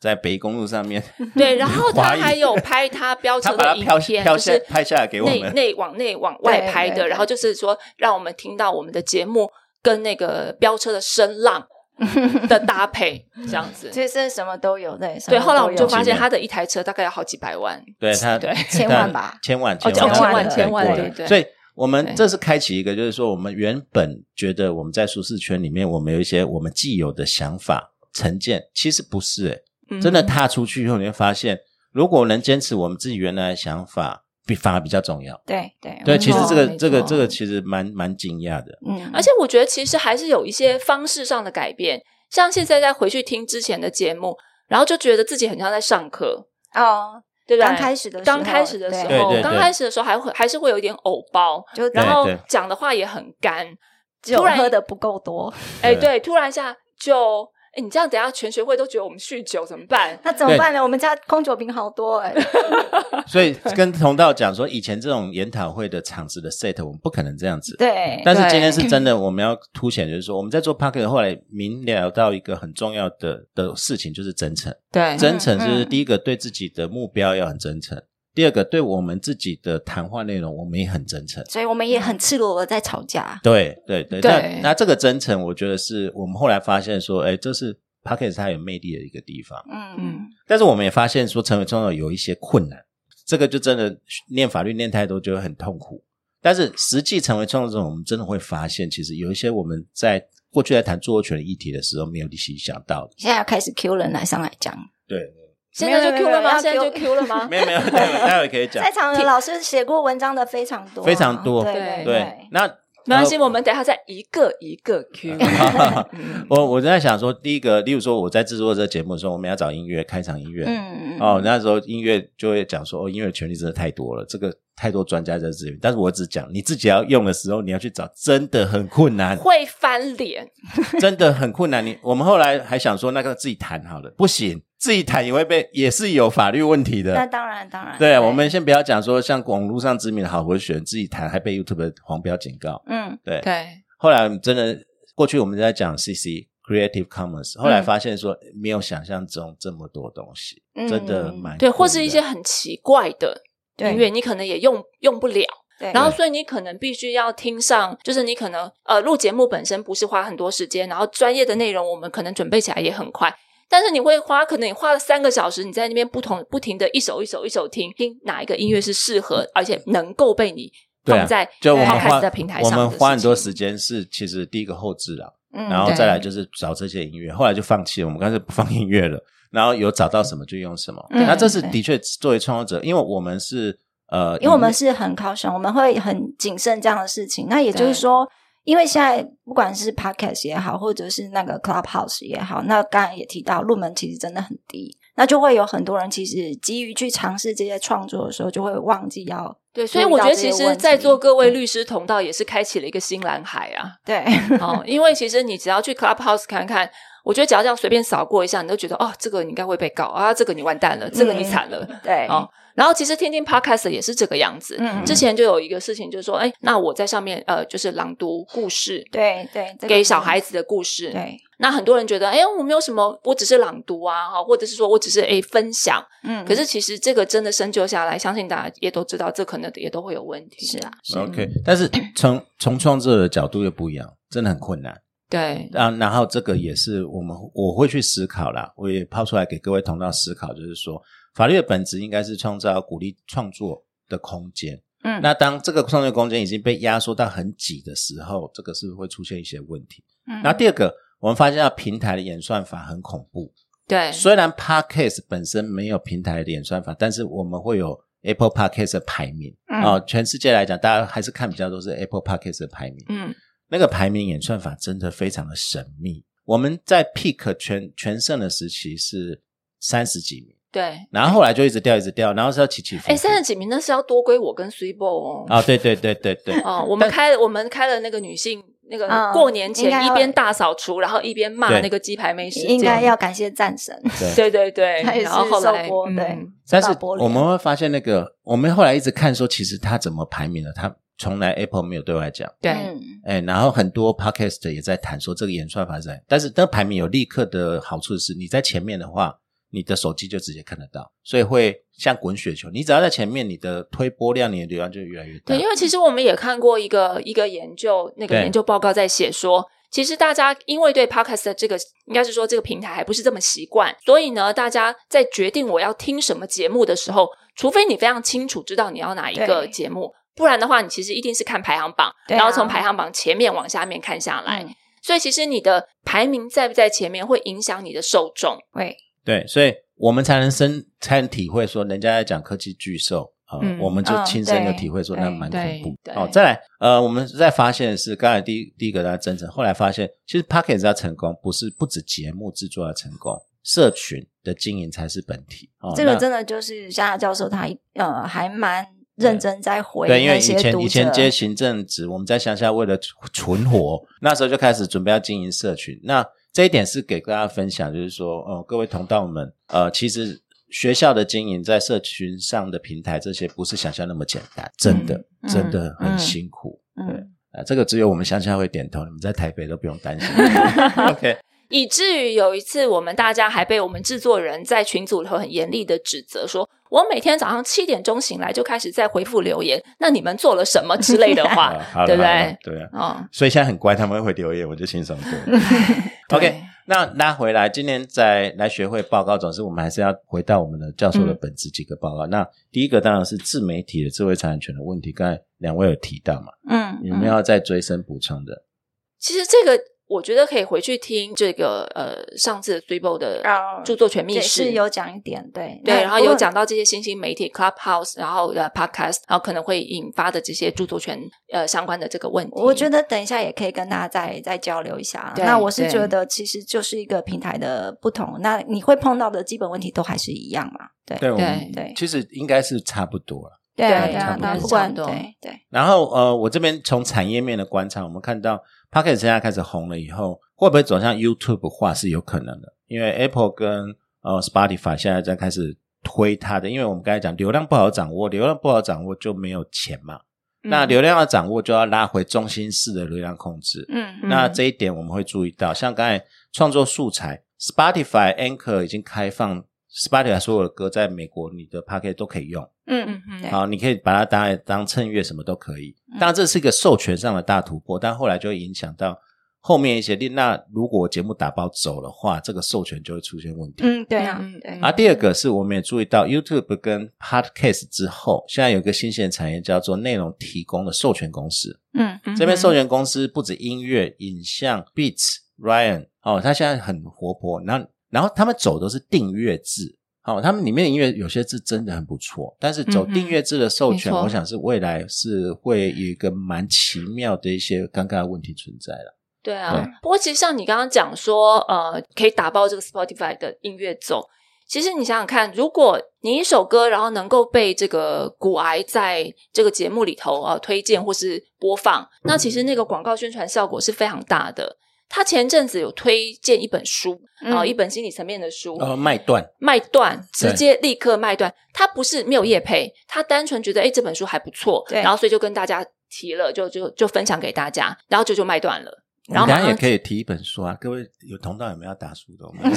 在北宜公路上面，
对，然后他
华裔
还有拍他飙
他
车
把
的
它
影
飘
片，
飘
就
下
是
拍下来给我
内
们。
内往内往外
对
拍
对
的，
对
然后就是说让我们听到我们的节目跟那个飙车的 声浪的搭配，这样子。
其实什么都有对，什么
对，后来
都
我们就
有
发现
有
他的一台车大概要好几百万，
对他
对
千万吧
但，千万
哦
万
千万
他
千万
改过
对
了
对
所以我们
对
这是开启一个，就是说我们原本觉得我们在舒适圈里面，我们有一些我们既有的想法成见，其实不是、欸，
嗯
真的踏出去以后，你会发现，如果能坚持我们自己原来的想法，比反而比较重要。
对对
对，
没
其实
错
这个
没错
这个这个其实蛮蛮惊讶 的。
嗯，
而且我觉得其实还是有一些方式上的改变，像现在再回去听之前的节目，然后就觉得自己很像在上课，
哦，
对吧？
刚开始的时候
刚开始的时
对
对
候，
对
刚开始的时候还会还是会有一点偶包，
就
对
然后
对
讲的话也很干，
酒
突然
喝的不够多，
哎，对，突然一下就，哎，你这样等一下全学会都觉得我们酗酒怎么办？
那怎么办呢？我们家空酒瓶好多 哎，
所以跟同道讲说，以前这种研讨会的场子的 set，我们不可能这样子。
对，
但是今天是真的，我们要凸显，就是说我们在做 p a c k e t 后来明了到一个很重要的的事情，就是真诚。
对
真诚就是
嗯
第一个对自己的目标要很真诚，第二个对我们自己的谈话内容我们也很真诚。
所以我们也很赤裸的在吵架，
对对对，
对
那那这个真诚，我觉得是我们后来发现说，哎，这是 p a c k e t 它有魅力的一个地方。
嗯
但是我们也发现说，成为中友有一些困难，这个就真的念法律念太多就会很痛苦。但是实际成为创作者，我们真的会发现，其实有一些我们在过去在谈著作权的议题的时候没有理性想到的。
现在要开始 Q 人来上来讲，
对，
现在就
没有
Q
没
了吗？
有
现在就
要
Q 了吗？
没有没有，待会待会可以讲
在。场的老师写过文章的非常多啊，
非常多
对
对
对
对，。
那
没关系，
呃嗯
我们等一下再一个一个 Q。嗯，
我我在想说，第一个，例如说我在制作这个节目的时候，我们要找音乐开场音乐，
嗯，
哦，那时候音乐就会讲说，哦，音乐权利真的太多了，这个太多专家在这里。但是我只讲你自己要用的时候，你要去找，真的很困难
会翻脸，
真的很困难。你我们后来还想说，那个自己谈好了，不行，自己谈也会被，也是有法律问题
那
的。
当然当然，
对，啊我们先不要讲说，像网络上知名的好文学，自己谈还被 YouTube 黄标警告。
嗯
对，
对，
后来我们真的过去我们在讲 CC Creative Commons，后来发现说、没有想象中这么多东西，
嗯
真的蛮
对，
酷
或是
的
一些很奇怪的
对
音乐，你可能也用用不了。
对，
然后，所以你可能必须要听上，就是你可能呃录节目本身不是花很多时间，然后专业的内容我们可能准备起来也很快，但是你会花，可能你花了三个小时，你在那边不同不停的一首一首一首听，听哪一个音乐是适合，而且能够被你
对啊
放在
就我们
podcast
花
的平台
我
上的
们花很多时
间，
间是其实第一个后置了，
嗯
然后
对
再来就是找这些音乐，后来就放弃了，我们干脆不放音乐了。然后有找到什么就用什么，
嗯
那这是
对
的确作为创作者，因为我们是呃，
因为我
嗯
们是很 caution，我们会很谨慎这样的事情。那也就是说，因为现在不管是 podcast 也好，或者是那个 clubhouse 也好，那刚才也提到入门其实真的很低，那就会有很多人其实急于去尝试这些创作的时候，就会忘记要
对，所以我觉得
注
其
意到这些
实，
问题
在座各位律师同道也是开启了一个新蓝海啊。
对
哦，因为其实你只要去 Clubhouse 看看，我觉得只要这样随便扫过一下，你都觉得哦，这个你应该会被告啊，这个你完蛋了，这个
嗯
你惨了。
对
哦，然后其实听听 podcast 也是这个样子。
嗯
之前就有一个事情，就是说，哎，那我在上面呃，就是朗读故事，
对对，这个
给小孩子的故事。
对，
那很多人觉得，哎，我没有什么，我只是朗读啊，哈，或者是说我只是哎分享。
嗯，
可是其实这个真的深究下来，相信大家也都知道，这可能也都会有问题。
是啊，，是
嗯
OK，但是从从创作者的角度又不一样，真的很困难。
对，
啊，然后这个也是我们我会去思考啦，我也抛出来给各位同道思考，就是说法律的本质应该是创造鼓励创作的空间。
嗯
那当这个创作空间已经被压缩到很挤的时候，这个是不是会出现一些问题？
嗯
那第二个，我们发现到平台的演算法很恐怖，
对，
虽然 Podcast 本身没有平台的演算法，但是我们会有 Apple Podcast 的排名啊、
嗯
哦全世界来讲，大家还是看比较多是 Apple Podcast 的排名。
嗯，
那个排名演算法真的非常的神秘。我们在 pick 全全胜的时期是三十几名，
对。
嗯
然后后来就一直掉，一直掉，然后是要起起伏伏。
哎，三十几名那是要多归我跟 s u i b o 哦。
啊，对对对对对，
哦，我们开我们开了那个女性那个
嗯
过年
应
前
该
一
要
边大扫除，然后一边骂
对
那个鸡排妹事件，
应该要感谢战神，
对对对，
他也是
然后后来
受波对
嗯
但是
大波脸
我们会发现，那个我们后来一直看说，其实它怎么排名的，它从来 Apple 没有对外讲。
对
嗯
哎，然后很多 podcast 也在谈说这个演算法是在，但是这个排名有立刻的好处是，你在前面的话，你的手机就直接看得到，所以会像滚雪球。你只要在前面，你的推播量、你的流量就越来越大
对，。因为其实我们也看过一个一个研究，那个
对
研究报告在写说。其实大家因为对 podcast 的这个，应该是说这个平台还不是这么习惯，所以呢，大家在决定我要听什么节目的时候，除非你非常清楚知道你要哪一个
对
节目，不然的话，你其实一定是看排行榜，
对啊
然后从排行榜前面往下面看下来。
嗯
所以其实你的排名在不在前面，会影响你的受众。
会
对，所以我们才能深才能体会说，人家在讲科技巨兽啊、呃
嗯
我们就
嗯
亲身有
对
体会说，
对
那蛮恐怖
对。对
哦，再来，呃，我们在发现的是，刚才第一第一个大家真诚，后来发现，其实 p o c k e t 要成功，不是不止节目制作要成功，社群的经营才是本体。哦，
这个
那
真的就是夏夏教授他呃还蛮认真在回
对，因为
那
以
些
前
读
以前
者，
接行政职，我们在乡下为了存活，那时候就开始准备要经营社群。那这一点是给大家分享，就是说，呃，各位同道们，呃，其实学校的经营在社群上的平台，这些不是想象那么简单，真的、
嗯
真的很
嗯
辛苦。
嗯，
啊、这个只有我们乡下会点头，你们在台北都不用担 心。OK，
以至于有一次，我们大家还被我们制作人在群组里头很严厉的指责说，我每天早上七点钟醒来就开始在回复留言，那你们做了什么之类的话
啊，好了，
对不
好了
对？
对啊。
哦，
所以现在很乖，他们会留言，我就轻松多了。OK，
对
那拉回来，今年在来学会报告，总是我们还是要回到我们的教授的本质几个报告。那第一个当然是自媒体的智慧财产权的问题，刚才两位有提到嘛，
嗯，
有没有要再追深补充的？
其实这个我觉得可以回去听这个呃上次 t h r e b o 的
啊
著作权
也
密室
是有讲一点，对
对，
那
然后
不
有
过
讲到这些新兴媒体 Clubhouse，然后呃 Podcast，然后可能会引发的这些著作权呃相关的这个问题。
我觉得等一下也可以跟大家再再交流一下。
嗯对
那我是
对
觉得其实就是一个平台的不同，那你会碰到的基本问题都还是一样嘛？对
对，我
对
们
对
其实应该是差不多了。
对啊对
差
啊
不，多
那不
差
管
不多
对对
然后呃，我这边从产业面的观察，我们看到 p o c k e t 现在开始红了以后，会不会走向 YouTube 化是有可能的，因为 Apple 跟呃 Spotify 现在在开始推它的，因为我们刚才讲流量不好掌握，流量不好掌握就没有钱嘛。那流量的掌握就要拉回中心式的流量控制。
嗯
嗯
那这一点我们会注意到，像刚才创作素材，Spotify Anchor 已经开放，Spotify 所有的歌在美国你的 Pocket 都可以用，
嗯
嗯嗯
对
好，你可以把它当当衬乐什么都可以。
嗯
当然这是一个授权上的大突破，但后来就会影响到后面一些。那如果节目打包走的话，这个授权就会出现问题。
嗯对啊
嗯嗯
对
嗯
啊，第二个是我们也注意到 YouTube 跟 Podcast 之后，现在有一个新兴的产业叫做内容提供的授权公司。
嗯
嗯
这边授权公司不止音乐、影像、Beats、Ryan 哦，它现在很活泼。然后，然后他们走的是订阅制，哦，他们里面的音乐有些字真的很不错，但是走
嗯哼
订阅制的授权，
没错
我想是未来是会有一个蛮奇妙的一些尴尬的问题存在了。
对啊，
对
不过其实像你刚刚讲说，呃，可以打爆这个 Spotify 的音乐走。其实你想想看，如果你一首歌，然后能够被这个骨癌在这个节目里头呃推荐或是播放，那其实那个广告宣传效果是非常大的。他前阵子有推荐一本书，啊、
嗯
一本心理层面的书，
呃，卖断，
卖断，
对
直接立刻卖断。他不是没有业配，他单纯觉得哎这本书还不错，
对
然后所以就跟大家提了，就就就分享给大家，然后就就卖断了。然
我
后
们等一下
马上
也可以提一本书啊，各位有同道有没有要打书的？我们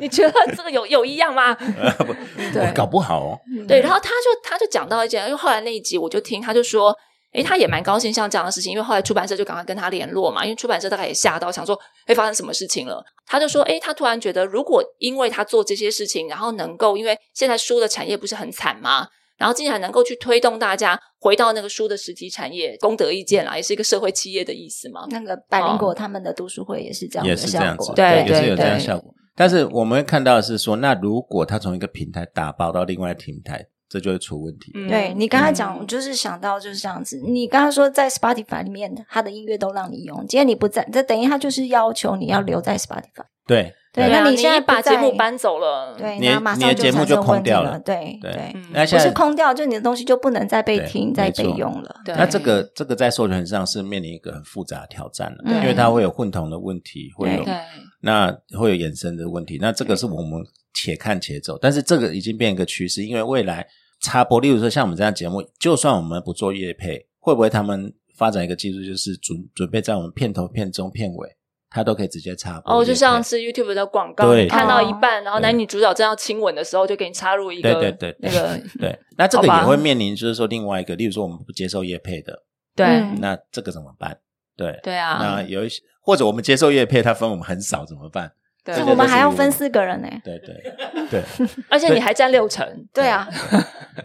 你觉得这个有有一样吗？
不
对
搞不好哦。
嗯对，然后他就他就讲到一件，因为后来那一集我就听，他就说，诶，他也蛮高兴像这样的事情，因为后来出版社就赶快跟他联络嘛，因为出版社大概也吓到，想说，诶，发生什么事情了？他就说，诶，他突然觉得，如果因为他做这些事情，然后能够，因为现在书的产业不是很惨吗？然后竟然能够去推动大家回到那个书的实体产业，功德一件啦，也是一个社会企业的意思嘛。
那个百灵果他们的读书会也是这样
也
的
是这样
效
子
果，，
对
也是
对
有这样
对
效果。但是我们看到的是说，那如果他从一个平台打包到另外一个平台，这就会出问题。
嗯
对你刚才讲，
嗯
我就是想到就是这样子。你刚才说在 Spotify 里面，他的音乐都让你用，今天你不在，这等于他就是要求你要留在 Spotify。
对，
对，
啊
那
你
现在
一把
不在
节目，搬走了，
嗯
对，
你的
那马
你的
上
节目
产
就
生
空
问题
掉了
了，对
对
嗯
那
不
现
是
在
空掉，就你的东西就不能再被
对
听、再
没
被
错
用了。嗯
对
那这个这个在授权上是面临一个很复杂的挑战了，
嗯
因为它会有混同的问题，会有
对
那会有衍生的问题。那这个是我们且看且走，但是这个已经变一个趋势，因为未来插播，例如说像我们这样节目，就算我们不做业配，会不会他们发展一个技术，就是准准备在我们片头、片中、片尾，它都可以直接插播业配？
哦，就像是 YouTube 的广告，
对
你看到一
哦
半，然后男女主角正要亲吻的时候，就给你插入一个
对对对
那 个
对，那这个
好吧
也会面临，就是说另外一个，例如说我们不接受业配的，
对
嗯
那这个怎么办？对，
对啊
那，有一些或者我们接受业配，他分我们很少怎么办？
对
这
那
个
我们
都是
还要
一个
分
问题
四个人呢。
对对对，
而且你还占六成，
对啊，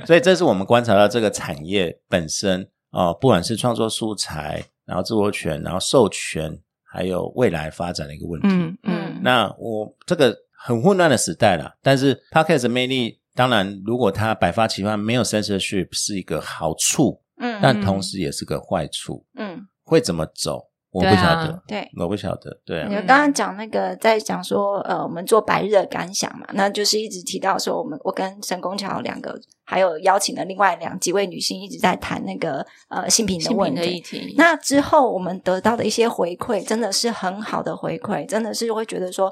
所以这是我们观察到这个产业本身哦、呃不管是创作素材，然后著作权，然后授权，还有未来发展的一个问题。
嗯嗯，
那我这个很混乱的时代啦，但是 podcast 的魅力，当然如果它百花齐放，没有 censorship 是一个好处，
嗯
但同时也是个坏处。
嗯，
会怎么走，我不
对啊
晓得，
对。
我不晓得。对啊
你，刚刚讲那个，在讲说，呃，我们做白日的感想嘛，那就是一直提到说，我们我跟沈公桥两个，还有邀请的另外两几位女性，一直在谈那个呃性平的
性
问
平的议
题。
题，
那之后，我们得到的一些回馈，真的是很好的回馈，真的是会觉得说，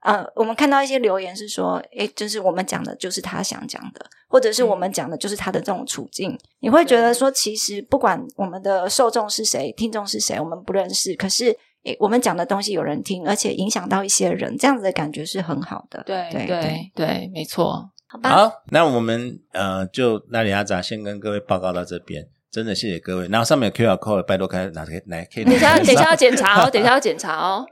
呃，我们看到一些留言是说，诶，就是我们讲的就是他想讲的，或者是我们讲的就是他的这种处境。你会觉得说，其实不管我们的受众是谁，听众是谁，我们不认识，可是诶，我们讲的东西有人听，而且影响到一些人，这样子的感觉是很好的。
对
对
对对，没错，
好吧，
好，那我们呃就那里阿杂先跟各位报告到这边，真的谢谢各位。然后上面有 QR code，拜托看哪可以来可以拿
等 一下
来
等一下要检查哦，等一下要检查哦。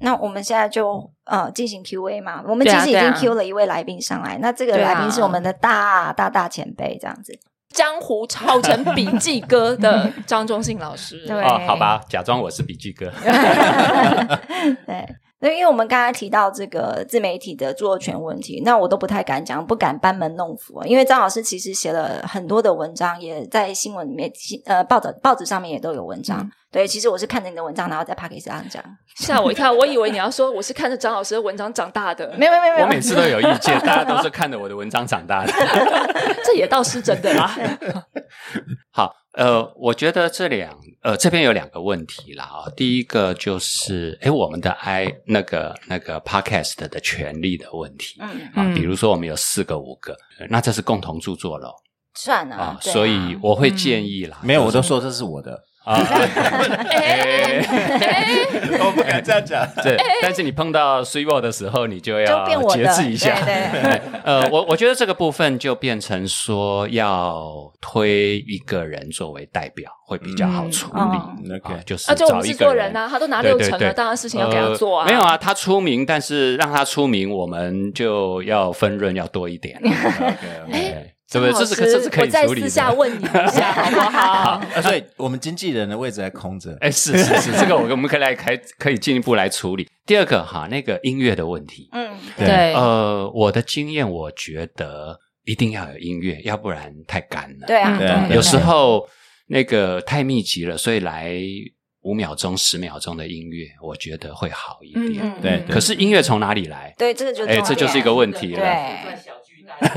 那我们现在就呃进行 Q&A 嘛，我们
对
其
啊
实已
对
经
啊
Q 了一位来宾上来，那这个
对啊
来宾是我们的大大大前辈，这样子。
江湖抄成笔记哥的张忠信老师，
对
哦，好吧，假装我是笔记哥。
对，那因为我们刚才提到这个自媒体的著作权问题，那我都不太敢讲，不敢班门弄斧啊，因为张老师其实写了很多的文章，也在新闻里面、新呃报纸报纸上面也都有文
嗯
章。对，其实我是看着你的文章，然后在 p a c k a g e 上讲，
吓我一跳，我以为你要说我是看着张老师的文章长大的，
没有没有没有，
我每次都有意见，大家都是看着我的文章长 大的。
这也倒是真的 啦。
好，呃，我觉得这两呃这边有两个问题啦啊、第一个就是，诶，我们的 i 那个那个 podcast 的权利的问题啊、
嗯
嗯
比如说我们有四个五个，那这是共同著作咯
算了、
啊，
对啊
所以我会建议啦，
嗯没有，
就
我
是
都说这是我 的，
啊，
哎
我不敢这样讲。
对，但是你碰到 s u o 的时候，你就要
就变我的
节制一下。
对对
呃，我我觉得这个部分就变成说要推一个人作为代表会比较好处理。
嗯
嗯
啊
OK
就是
啊，就我
找
们
一
制
个
作
人
人啊，他都拿
对
六
对
成
对
了，当然事情要给他做啊。
呃没有啊，他出名，但是让他出名，我们就要分润要多一点。哎，对
张
不
老
对？
师，
这是可这是可以
我再
处理
私下
的。
问你一 下好不好？
啊所以我们经纪人的位置还空着。
哎，是是是，这个我我们可以来开可以进一步来处理。第二个哈，那个音乐的问题，
嗯，
对
呃，我的经验，我觉得一定要有音乐，要不然太干了。
对啊，
嗯
对啊，
对
有时候那个太密集了，所以来五秒钟、十秒钟的音乐，我觉得会好一点。
嗯
对
可是音乐从哪里来？
对，这个就
哎，
重
这就是一
点
个问题
对
了。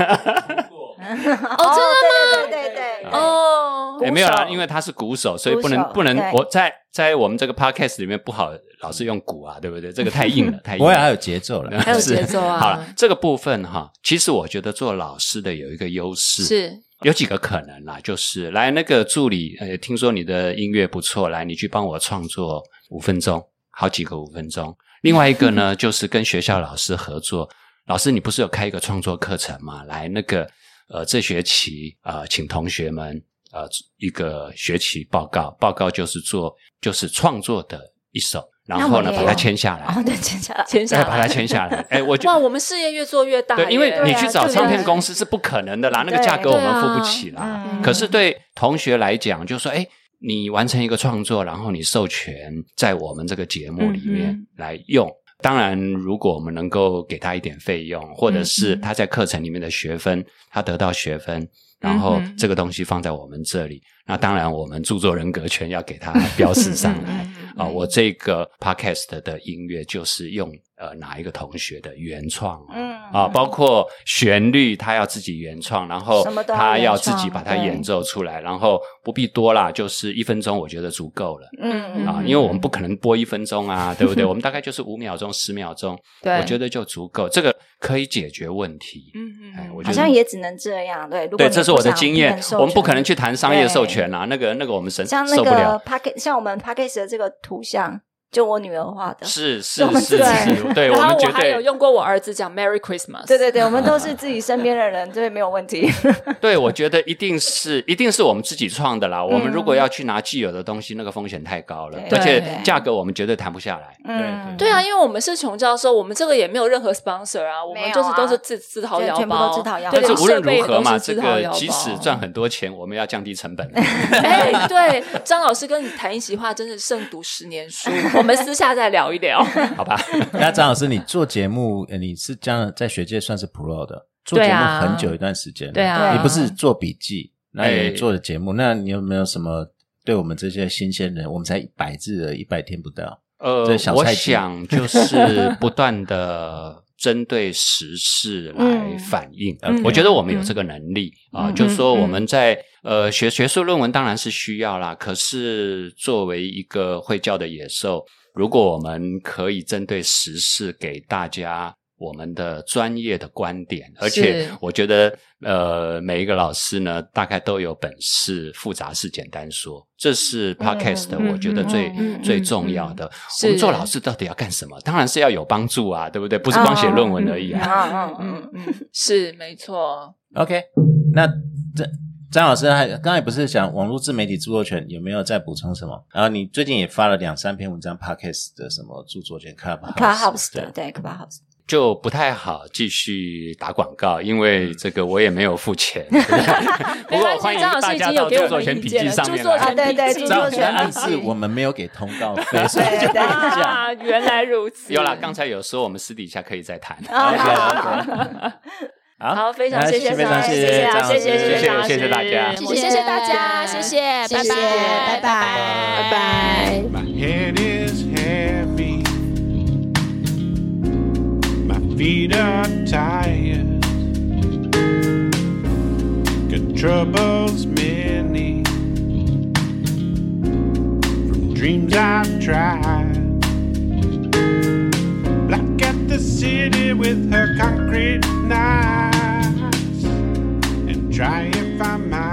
哦，真的吗？对对对对，
哦，
哎也没有啦，
鼓手
因为他是鼓手，所以
鼓手
不能不能
对
我在在我们这个 podcast 里面不好老是用鼓啊，对不对？这个太硬了，太硬
不会还
了
有。 节奏了，
还有
是
节奏啊。
好了，这个部分哈，其实我觉得做老师的有一个优势
是
有几个可能啦，就是来那个助理，呃，听说你的音乐不错，来你去帮我创作五分钟，好几个五分钟。另外一个呢，就是跟学校老师合作，老师你不是有开一个创作课程吗？来那个呃，这学期呃，请同学们呃一个学期报告，报告就是做就是创作的一首，然
那我
后呢
也
把
有
它签下来，
哦，对，接下来
签
再
下
把它
来。
签下来。哎，我就
哇，我们事业越做越大耶。
对，因为你去找
对啊
唱片公司是不可能的啦，那个价格我们付不起
对
啦
啊嗯。
可是对同学来讲，就说哎，你完成一个创作，然后你授权在我们这个节目里面
嗯
来用。当然，如果我们能够给他一点费用，或者是
嗯嗯
他在课程里面的学分，他得到学分，然后
嗯哼
这个东西放在我们这里，那当然我们著作人格权要给它标示上
嗯
来。啊、我这个 podcast 的音乐就是用呃哪一个同学的原创、哦，
嗯
啊，包括旋律他要自己原创，然后
什么都要
他
原
要自己
创
把它
对
演奏出来，然后不必多啦，就是一分钟我觉得足够了。
嗯
啊，
嗯
因为我们不可能播一分钟 啊，对不对？我们大概就是五秒钟、十秒钟，
对
我觉得就足够，这个可以解决问题。
嗯
哎我觉
好
得
像也只能这样，对。如果
对，
你
这是
不
我的
想
经验
很，授
我们不可能
权
去谈商业授
对
权啊，那个那个我们神
像那
受不
个
了。
packet，像我们 packet 的这个图像，就我女儿画的。
是是
我们
是
对
是，对哎我
然后
们绝
我还有
对
用过我儿子讲 Merry Christmas，
对对对，我们都是自己身边的人，对，没有问题。
对，我觉得一定是一定是我们自己创的啦。我们
嗯
如果要去拿既有的东西，那个风险太高了，
对
而且
对
价格我们绝对谈不下来。
嗯，
对啊，因为我们是穷教授，我们这个也没有任何 sponsor 啊，我
没
们
有
就是都
啊
是自自掏
对
腰包，
全部都自掏腰
对
包
但
连
是无论
设备
如
也
何
都是
嘛，这
自掏
个
腰
即使
包
赚很多钱，我们要降低成本。
哎，对，张老师跟你谈一席话，真是胜读十年书。我们私下再聊一 聊。
那张老师，你做节目，呃你是这样在学界算是 pro 的，做节
对
目
啊
很久一段时间了，
对啊
你不是做笔记，那
哎
也做了节目，那你有没有什么对我们这些新鲜人，我们才一百字而已，一百天不到，
呃
这小，
我
菜鸡
想就是不断的针对 时事来
嗯
反应。
嗯
我觉得我们有这个能力啊，
嗯
就是说我们在呃学学术论文当然是需要啦，可是作为一个会教的野兽，如果我们可以针对时事给大家。我们的专业的观点，而且我觉得，呃，每一个老师呢，大概都有本事复杂事简单说，这是 podcast，、
嗯
我觉得
嗯
最、
嗯
最
嗯
重要
嗯
的。
是
我们做老师到底要干什么？当然是要有帮助啊，对不对？不是光写论文而已啊。
嗯嗯
嗯
嗯
嗯，是没错。
OK，那这。张老师还刚才不是讲网络自媒体著作权有没有再补充什么？然后你最近也发了两三篇文章，Podcast 的什么著作权
，Clubhouse
Clubhouse，Clubhouse
的，对，Clubhouse。
就不太好继续打广告，因为这个我也没有付钱。 对不对不
嗯没
过
关系
欢迎
哎张老师
大
已
家
经有
到
给我
著作
们
权
意
笔
见
记
了
上
著
面
作
来
啊，
权。
对对，著
张
作
老师在
权
暗
笔
示
记
我们没有给通告 费，所以
对
就
对
不讲。
啊，原来如此。
有啦，刚才有说我们私底下可以再谈。
啊
OK，OK 好
好，非常
哎
那
谢谢
非
张老
常
师，
谢
谢谢
张
啊
老
谢
师
谢
谢谢
张老师
谢谢大家
我谢谢大家，谢谢，拜
谢谢拜
拜，
拜
拜拜。
My head is heavy. My feet are tired. Got troubles many. From dreams I've tried. Black at the city with her concrete knives. And try if I might.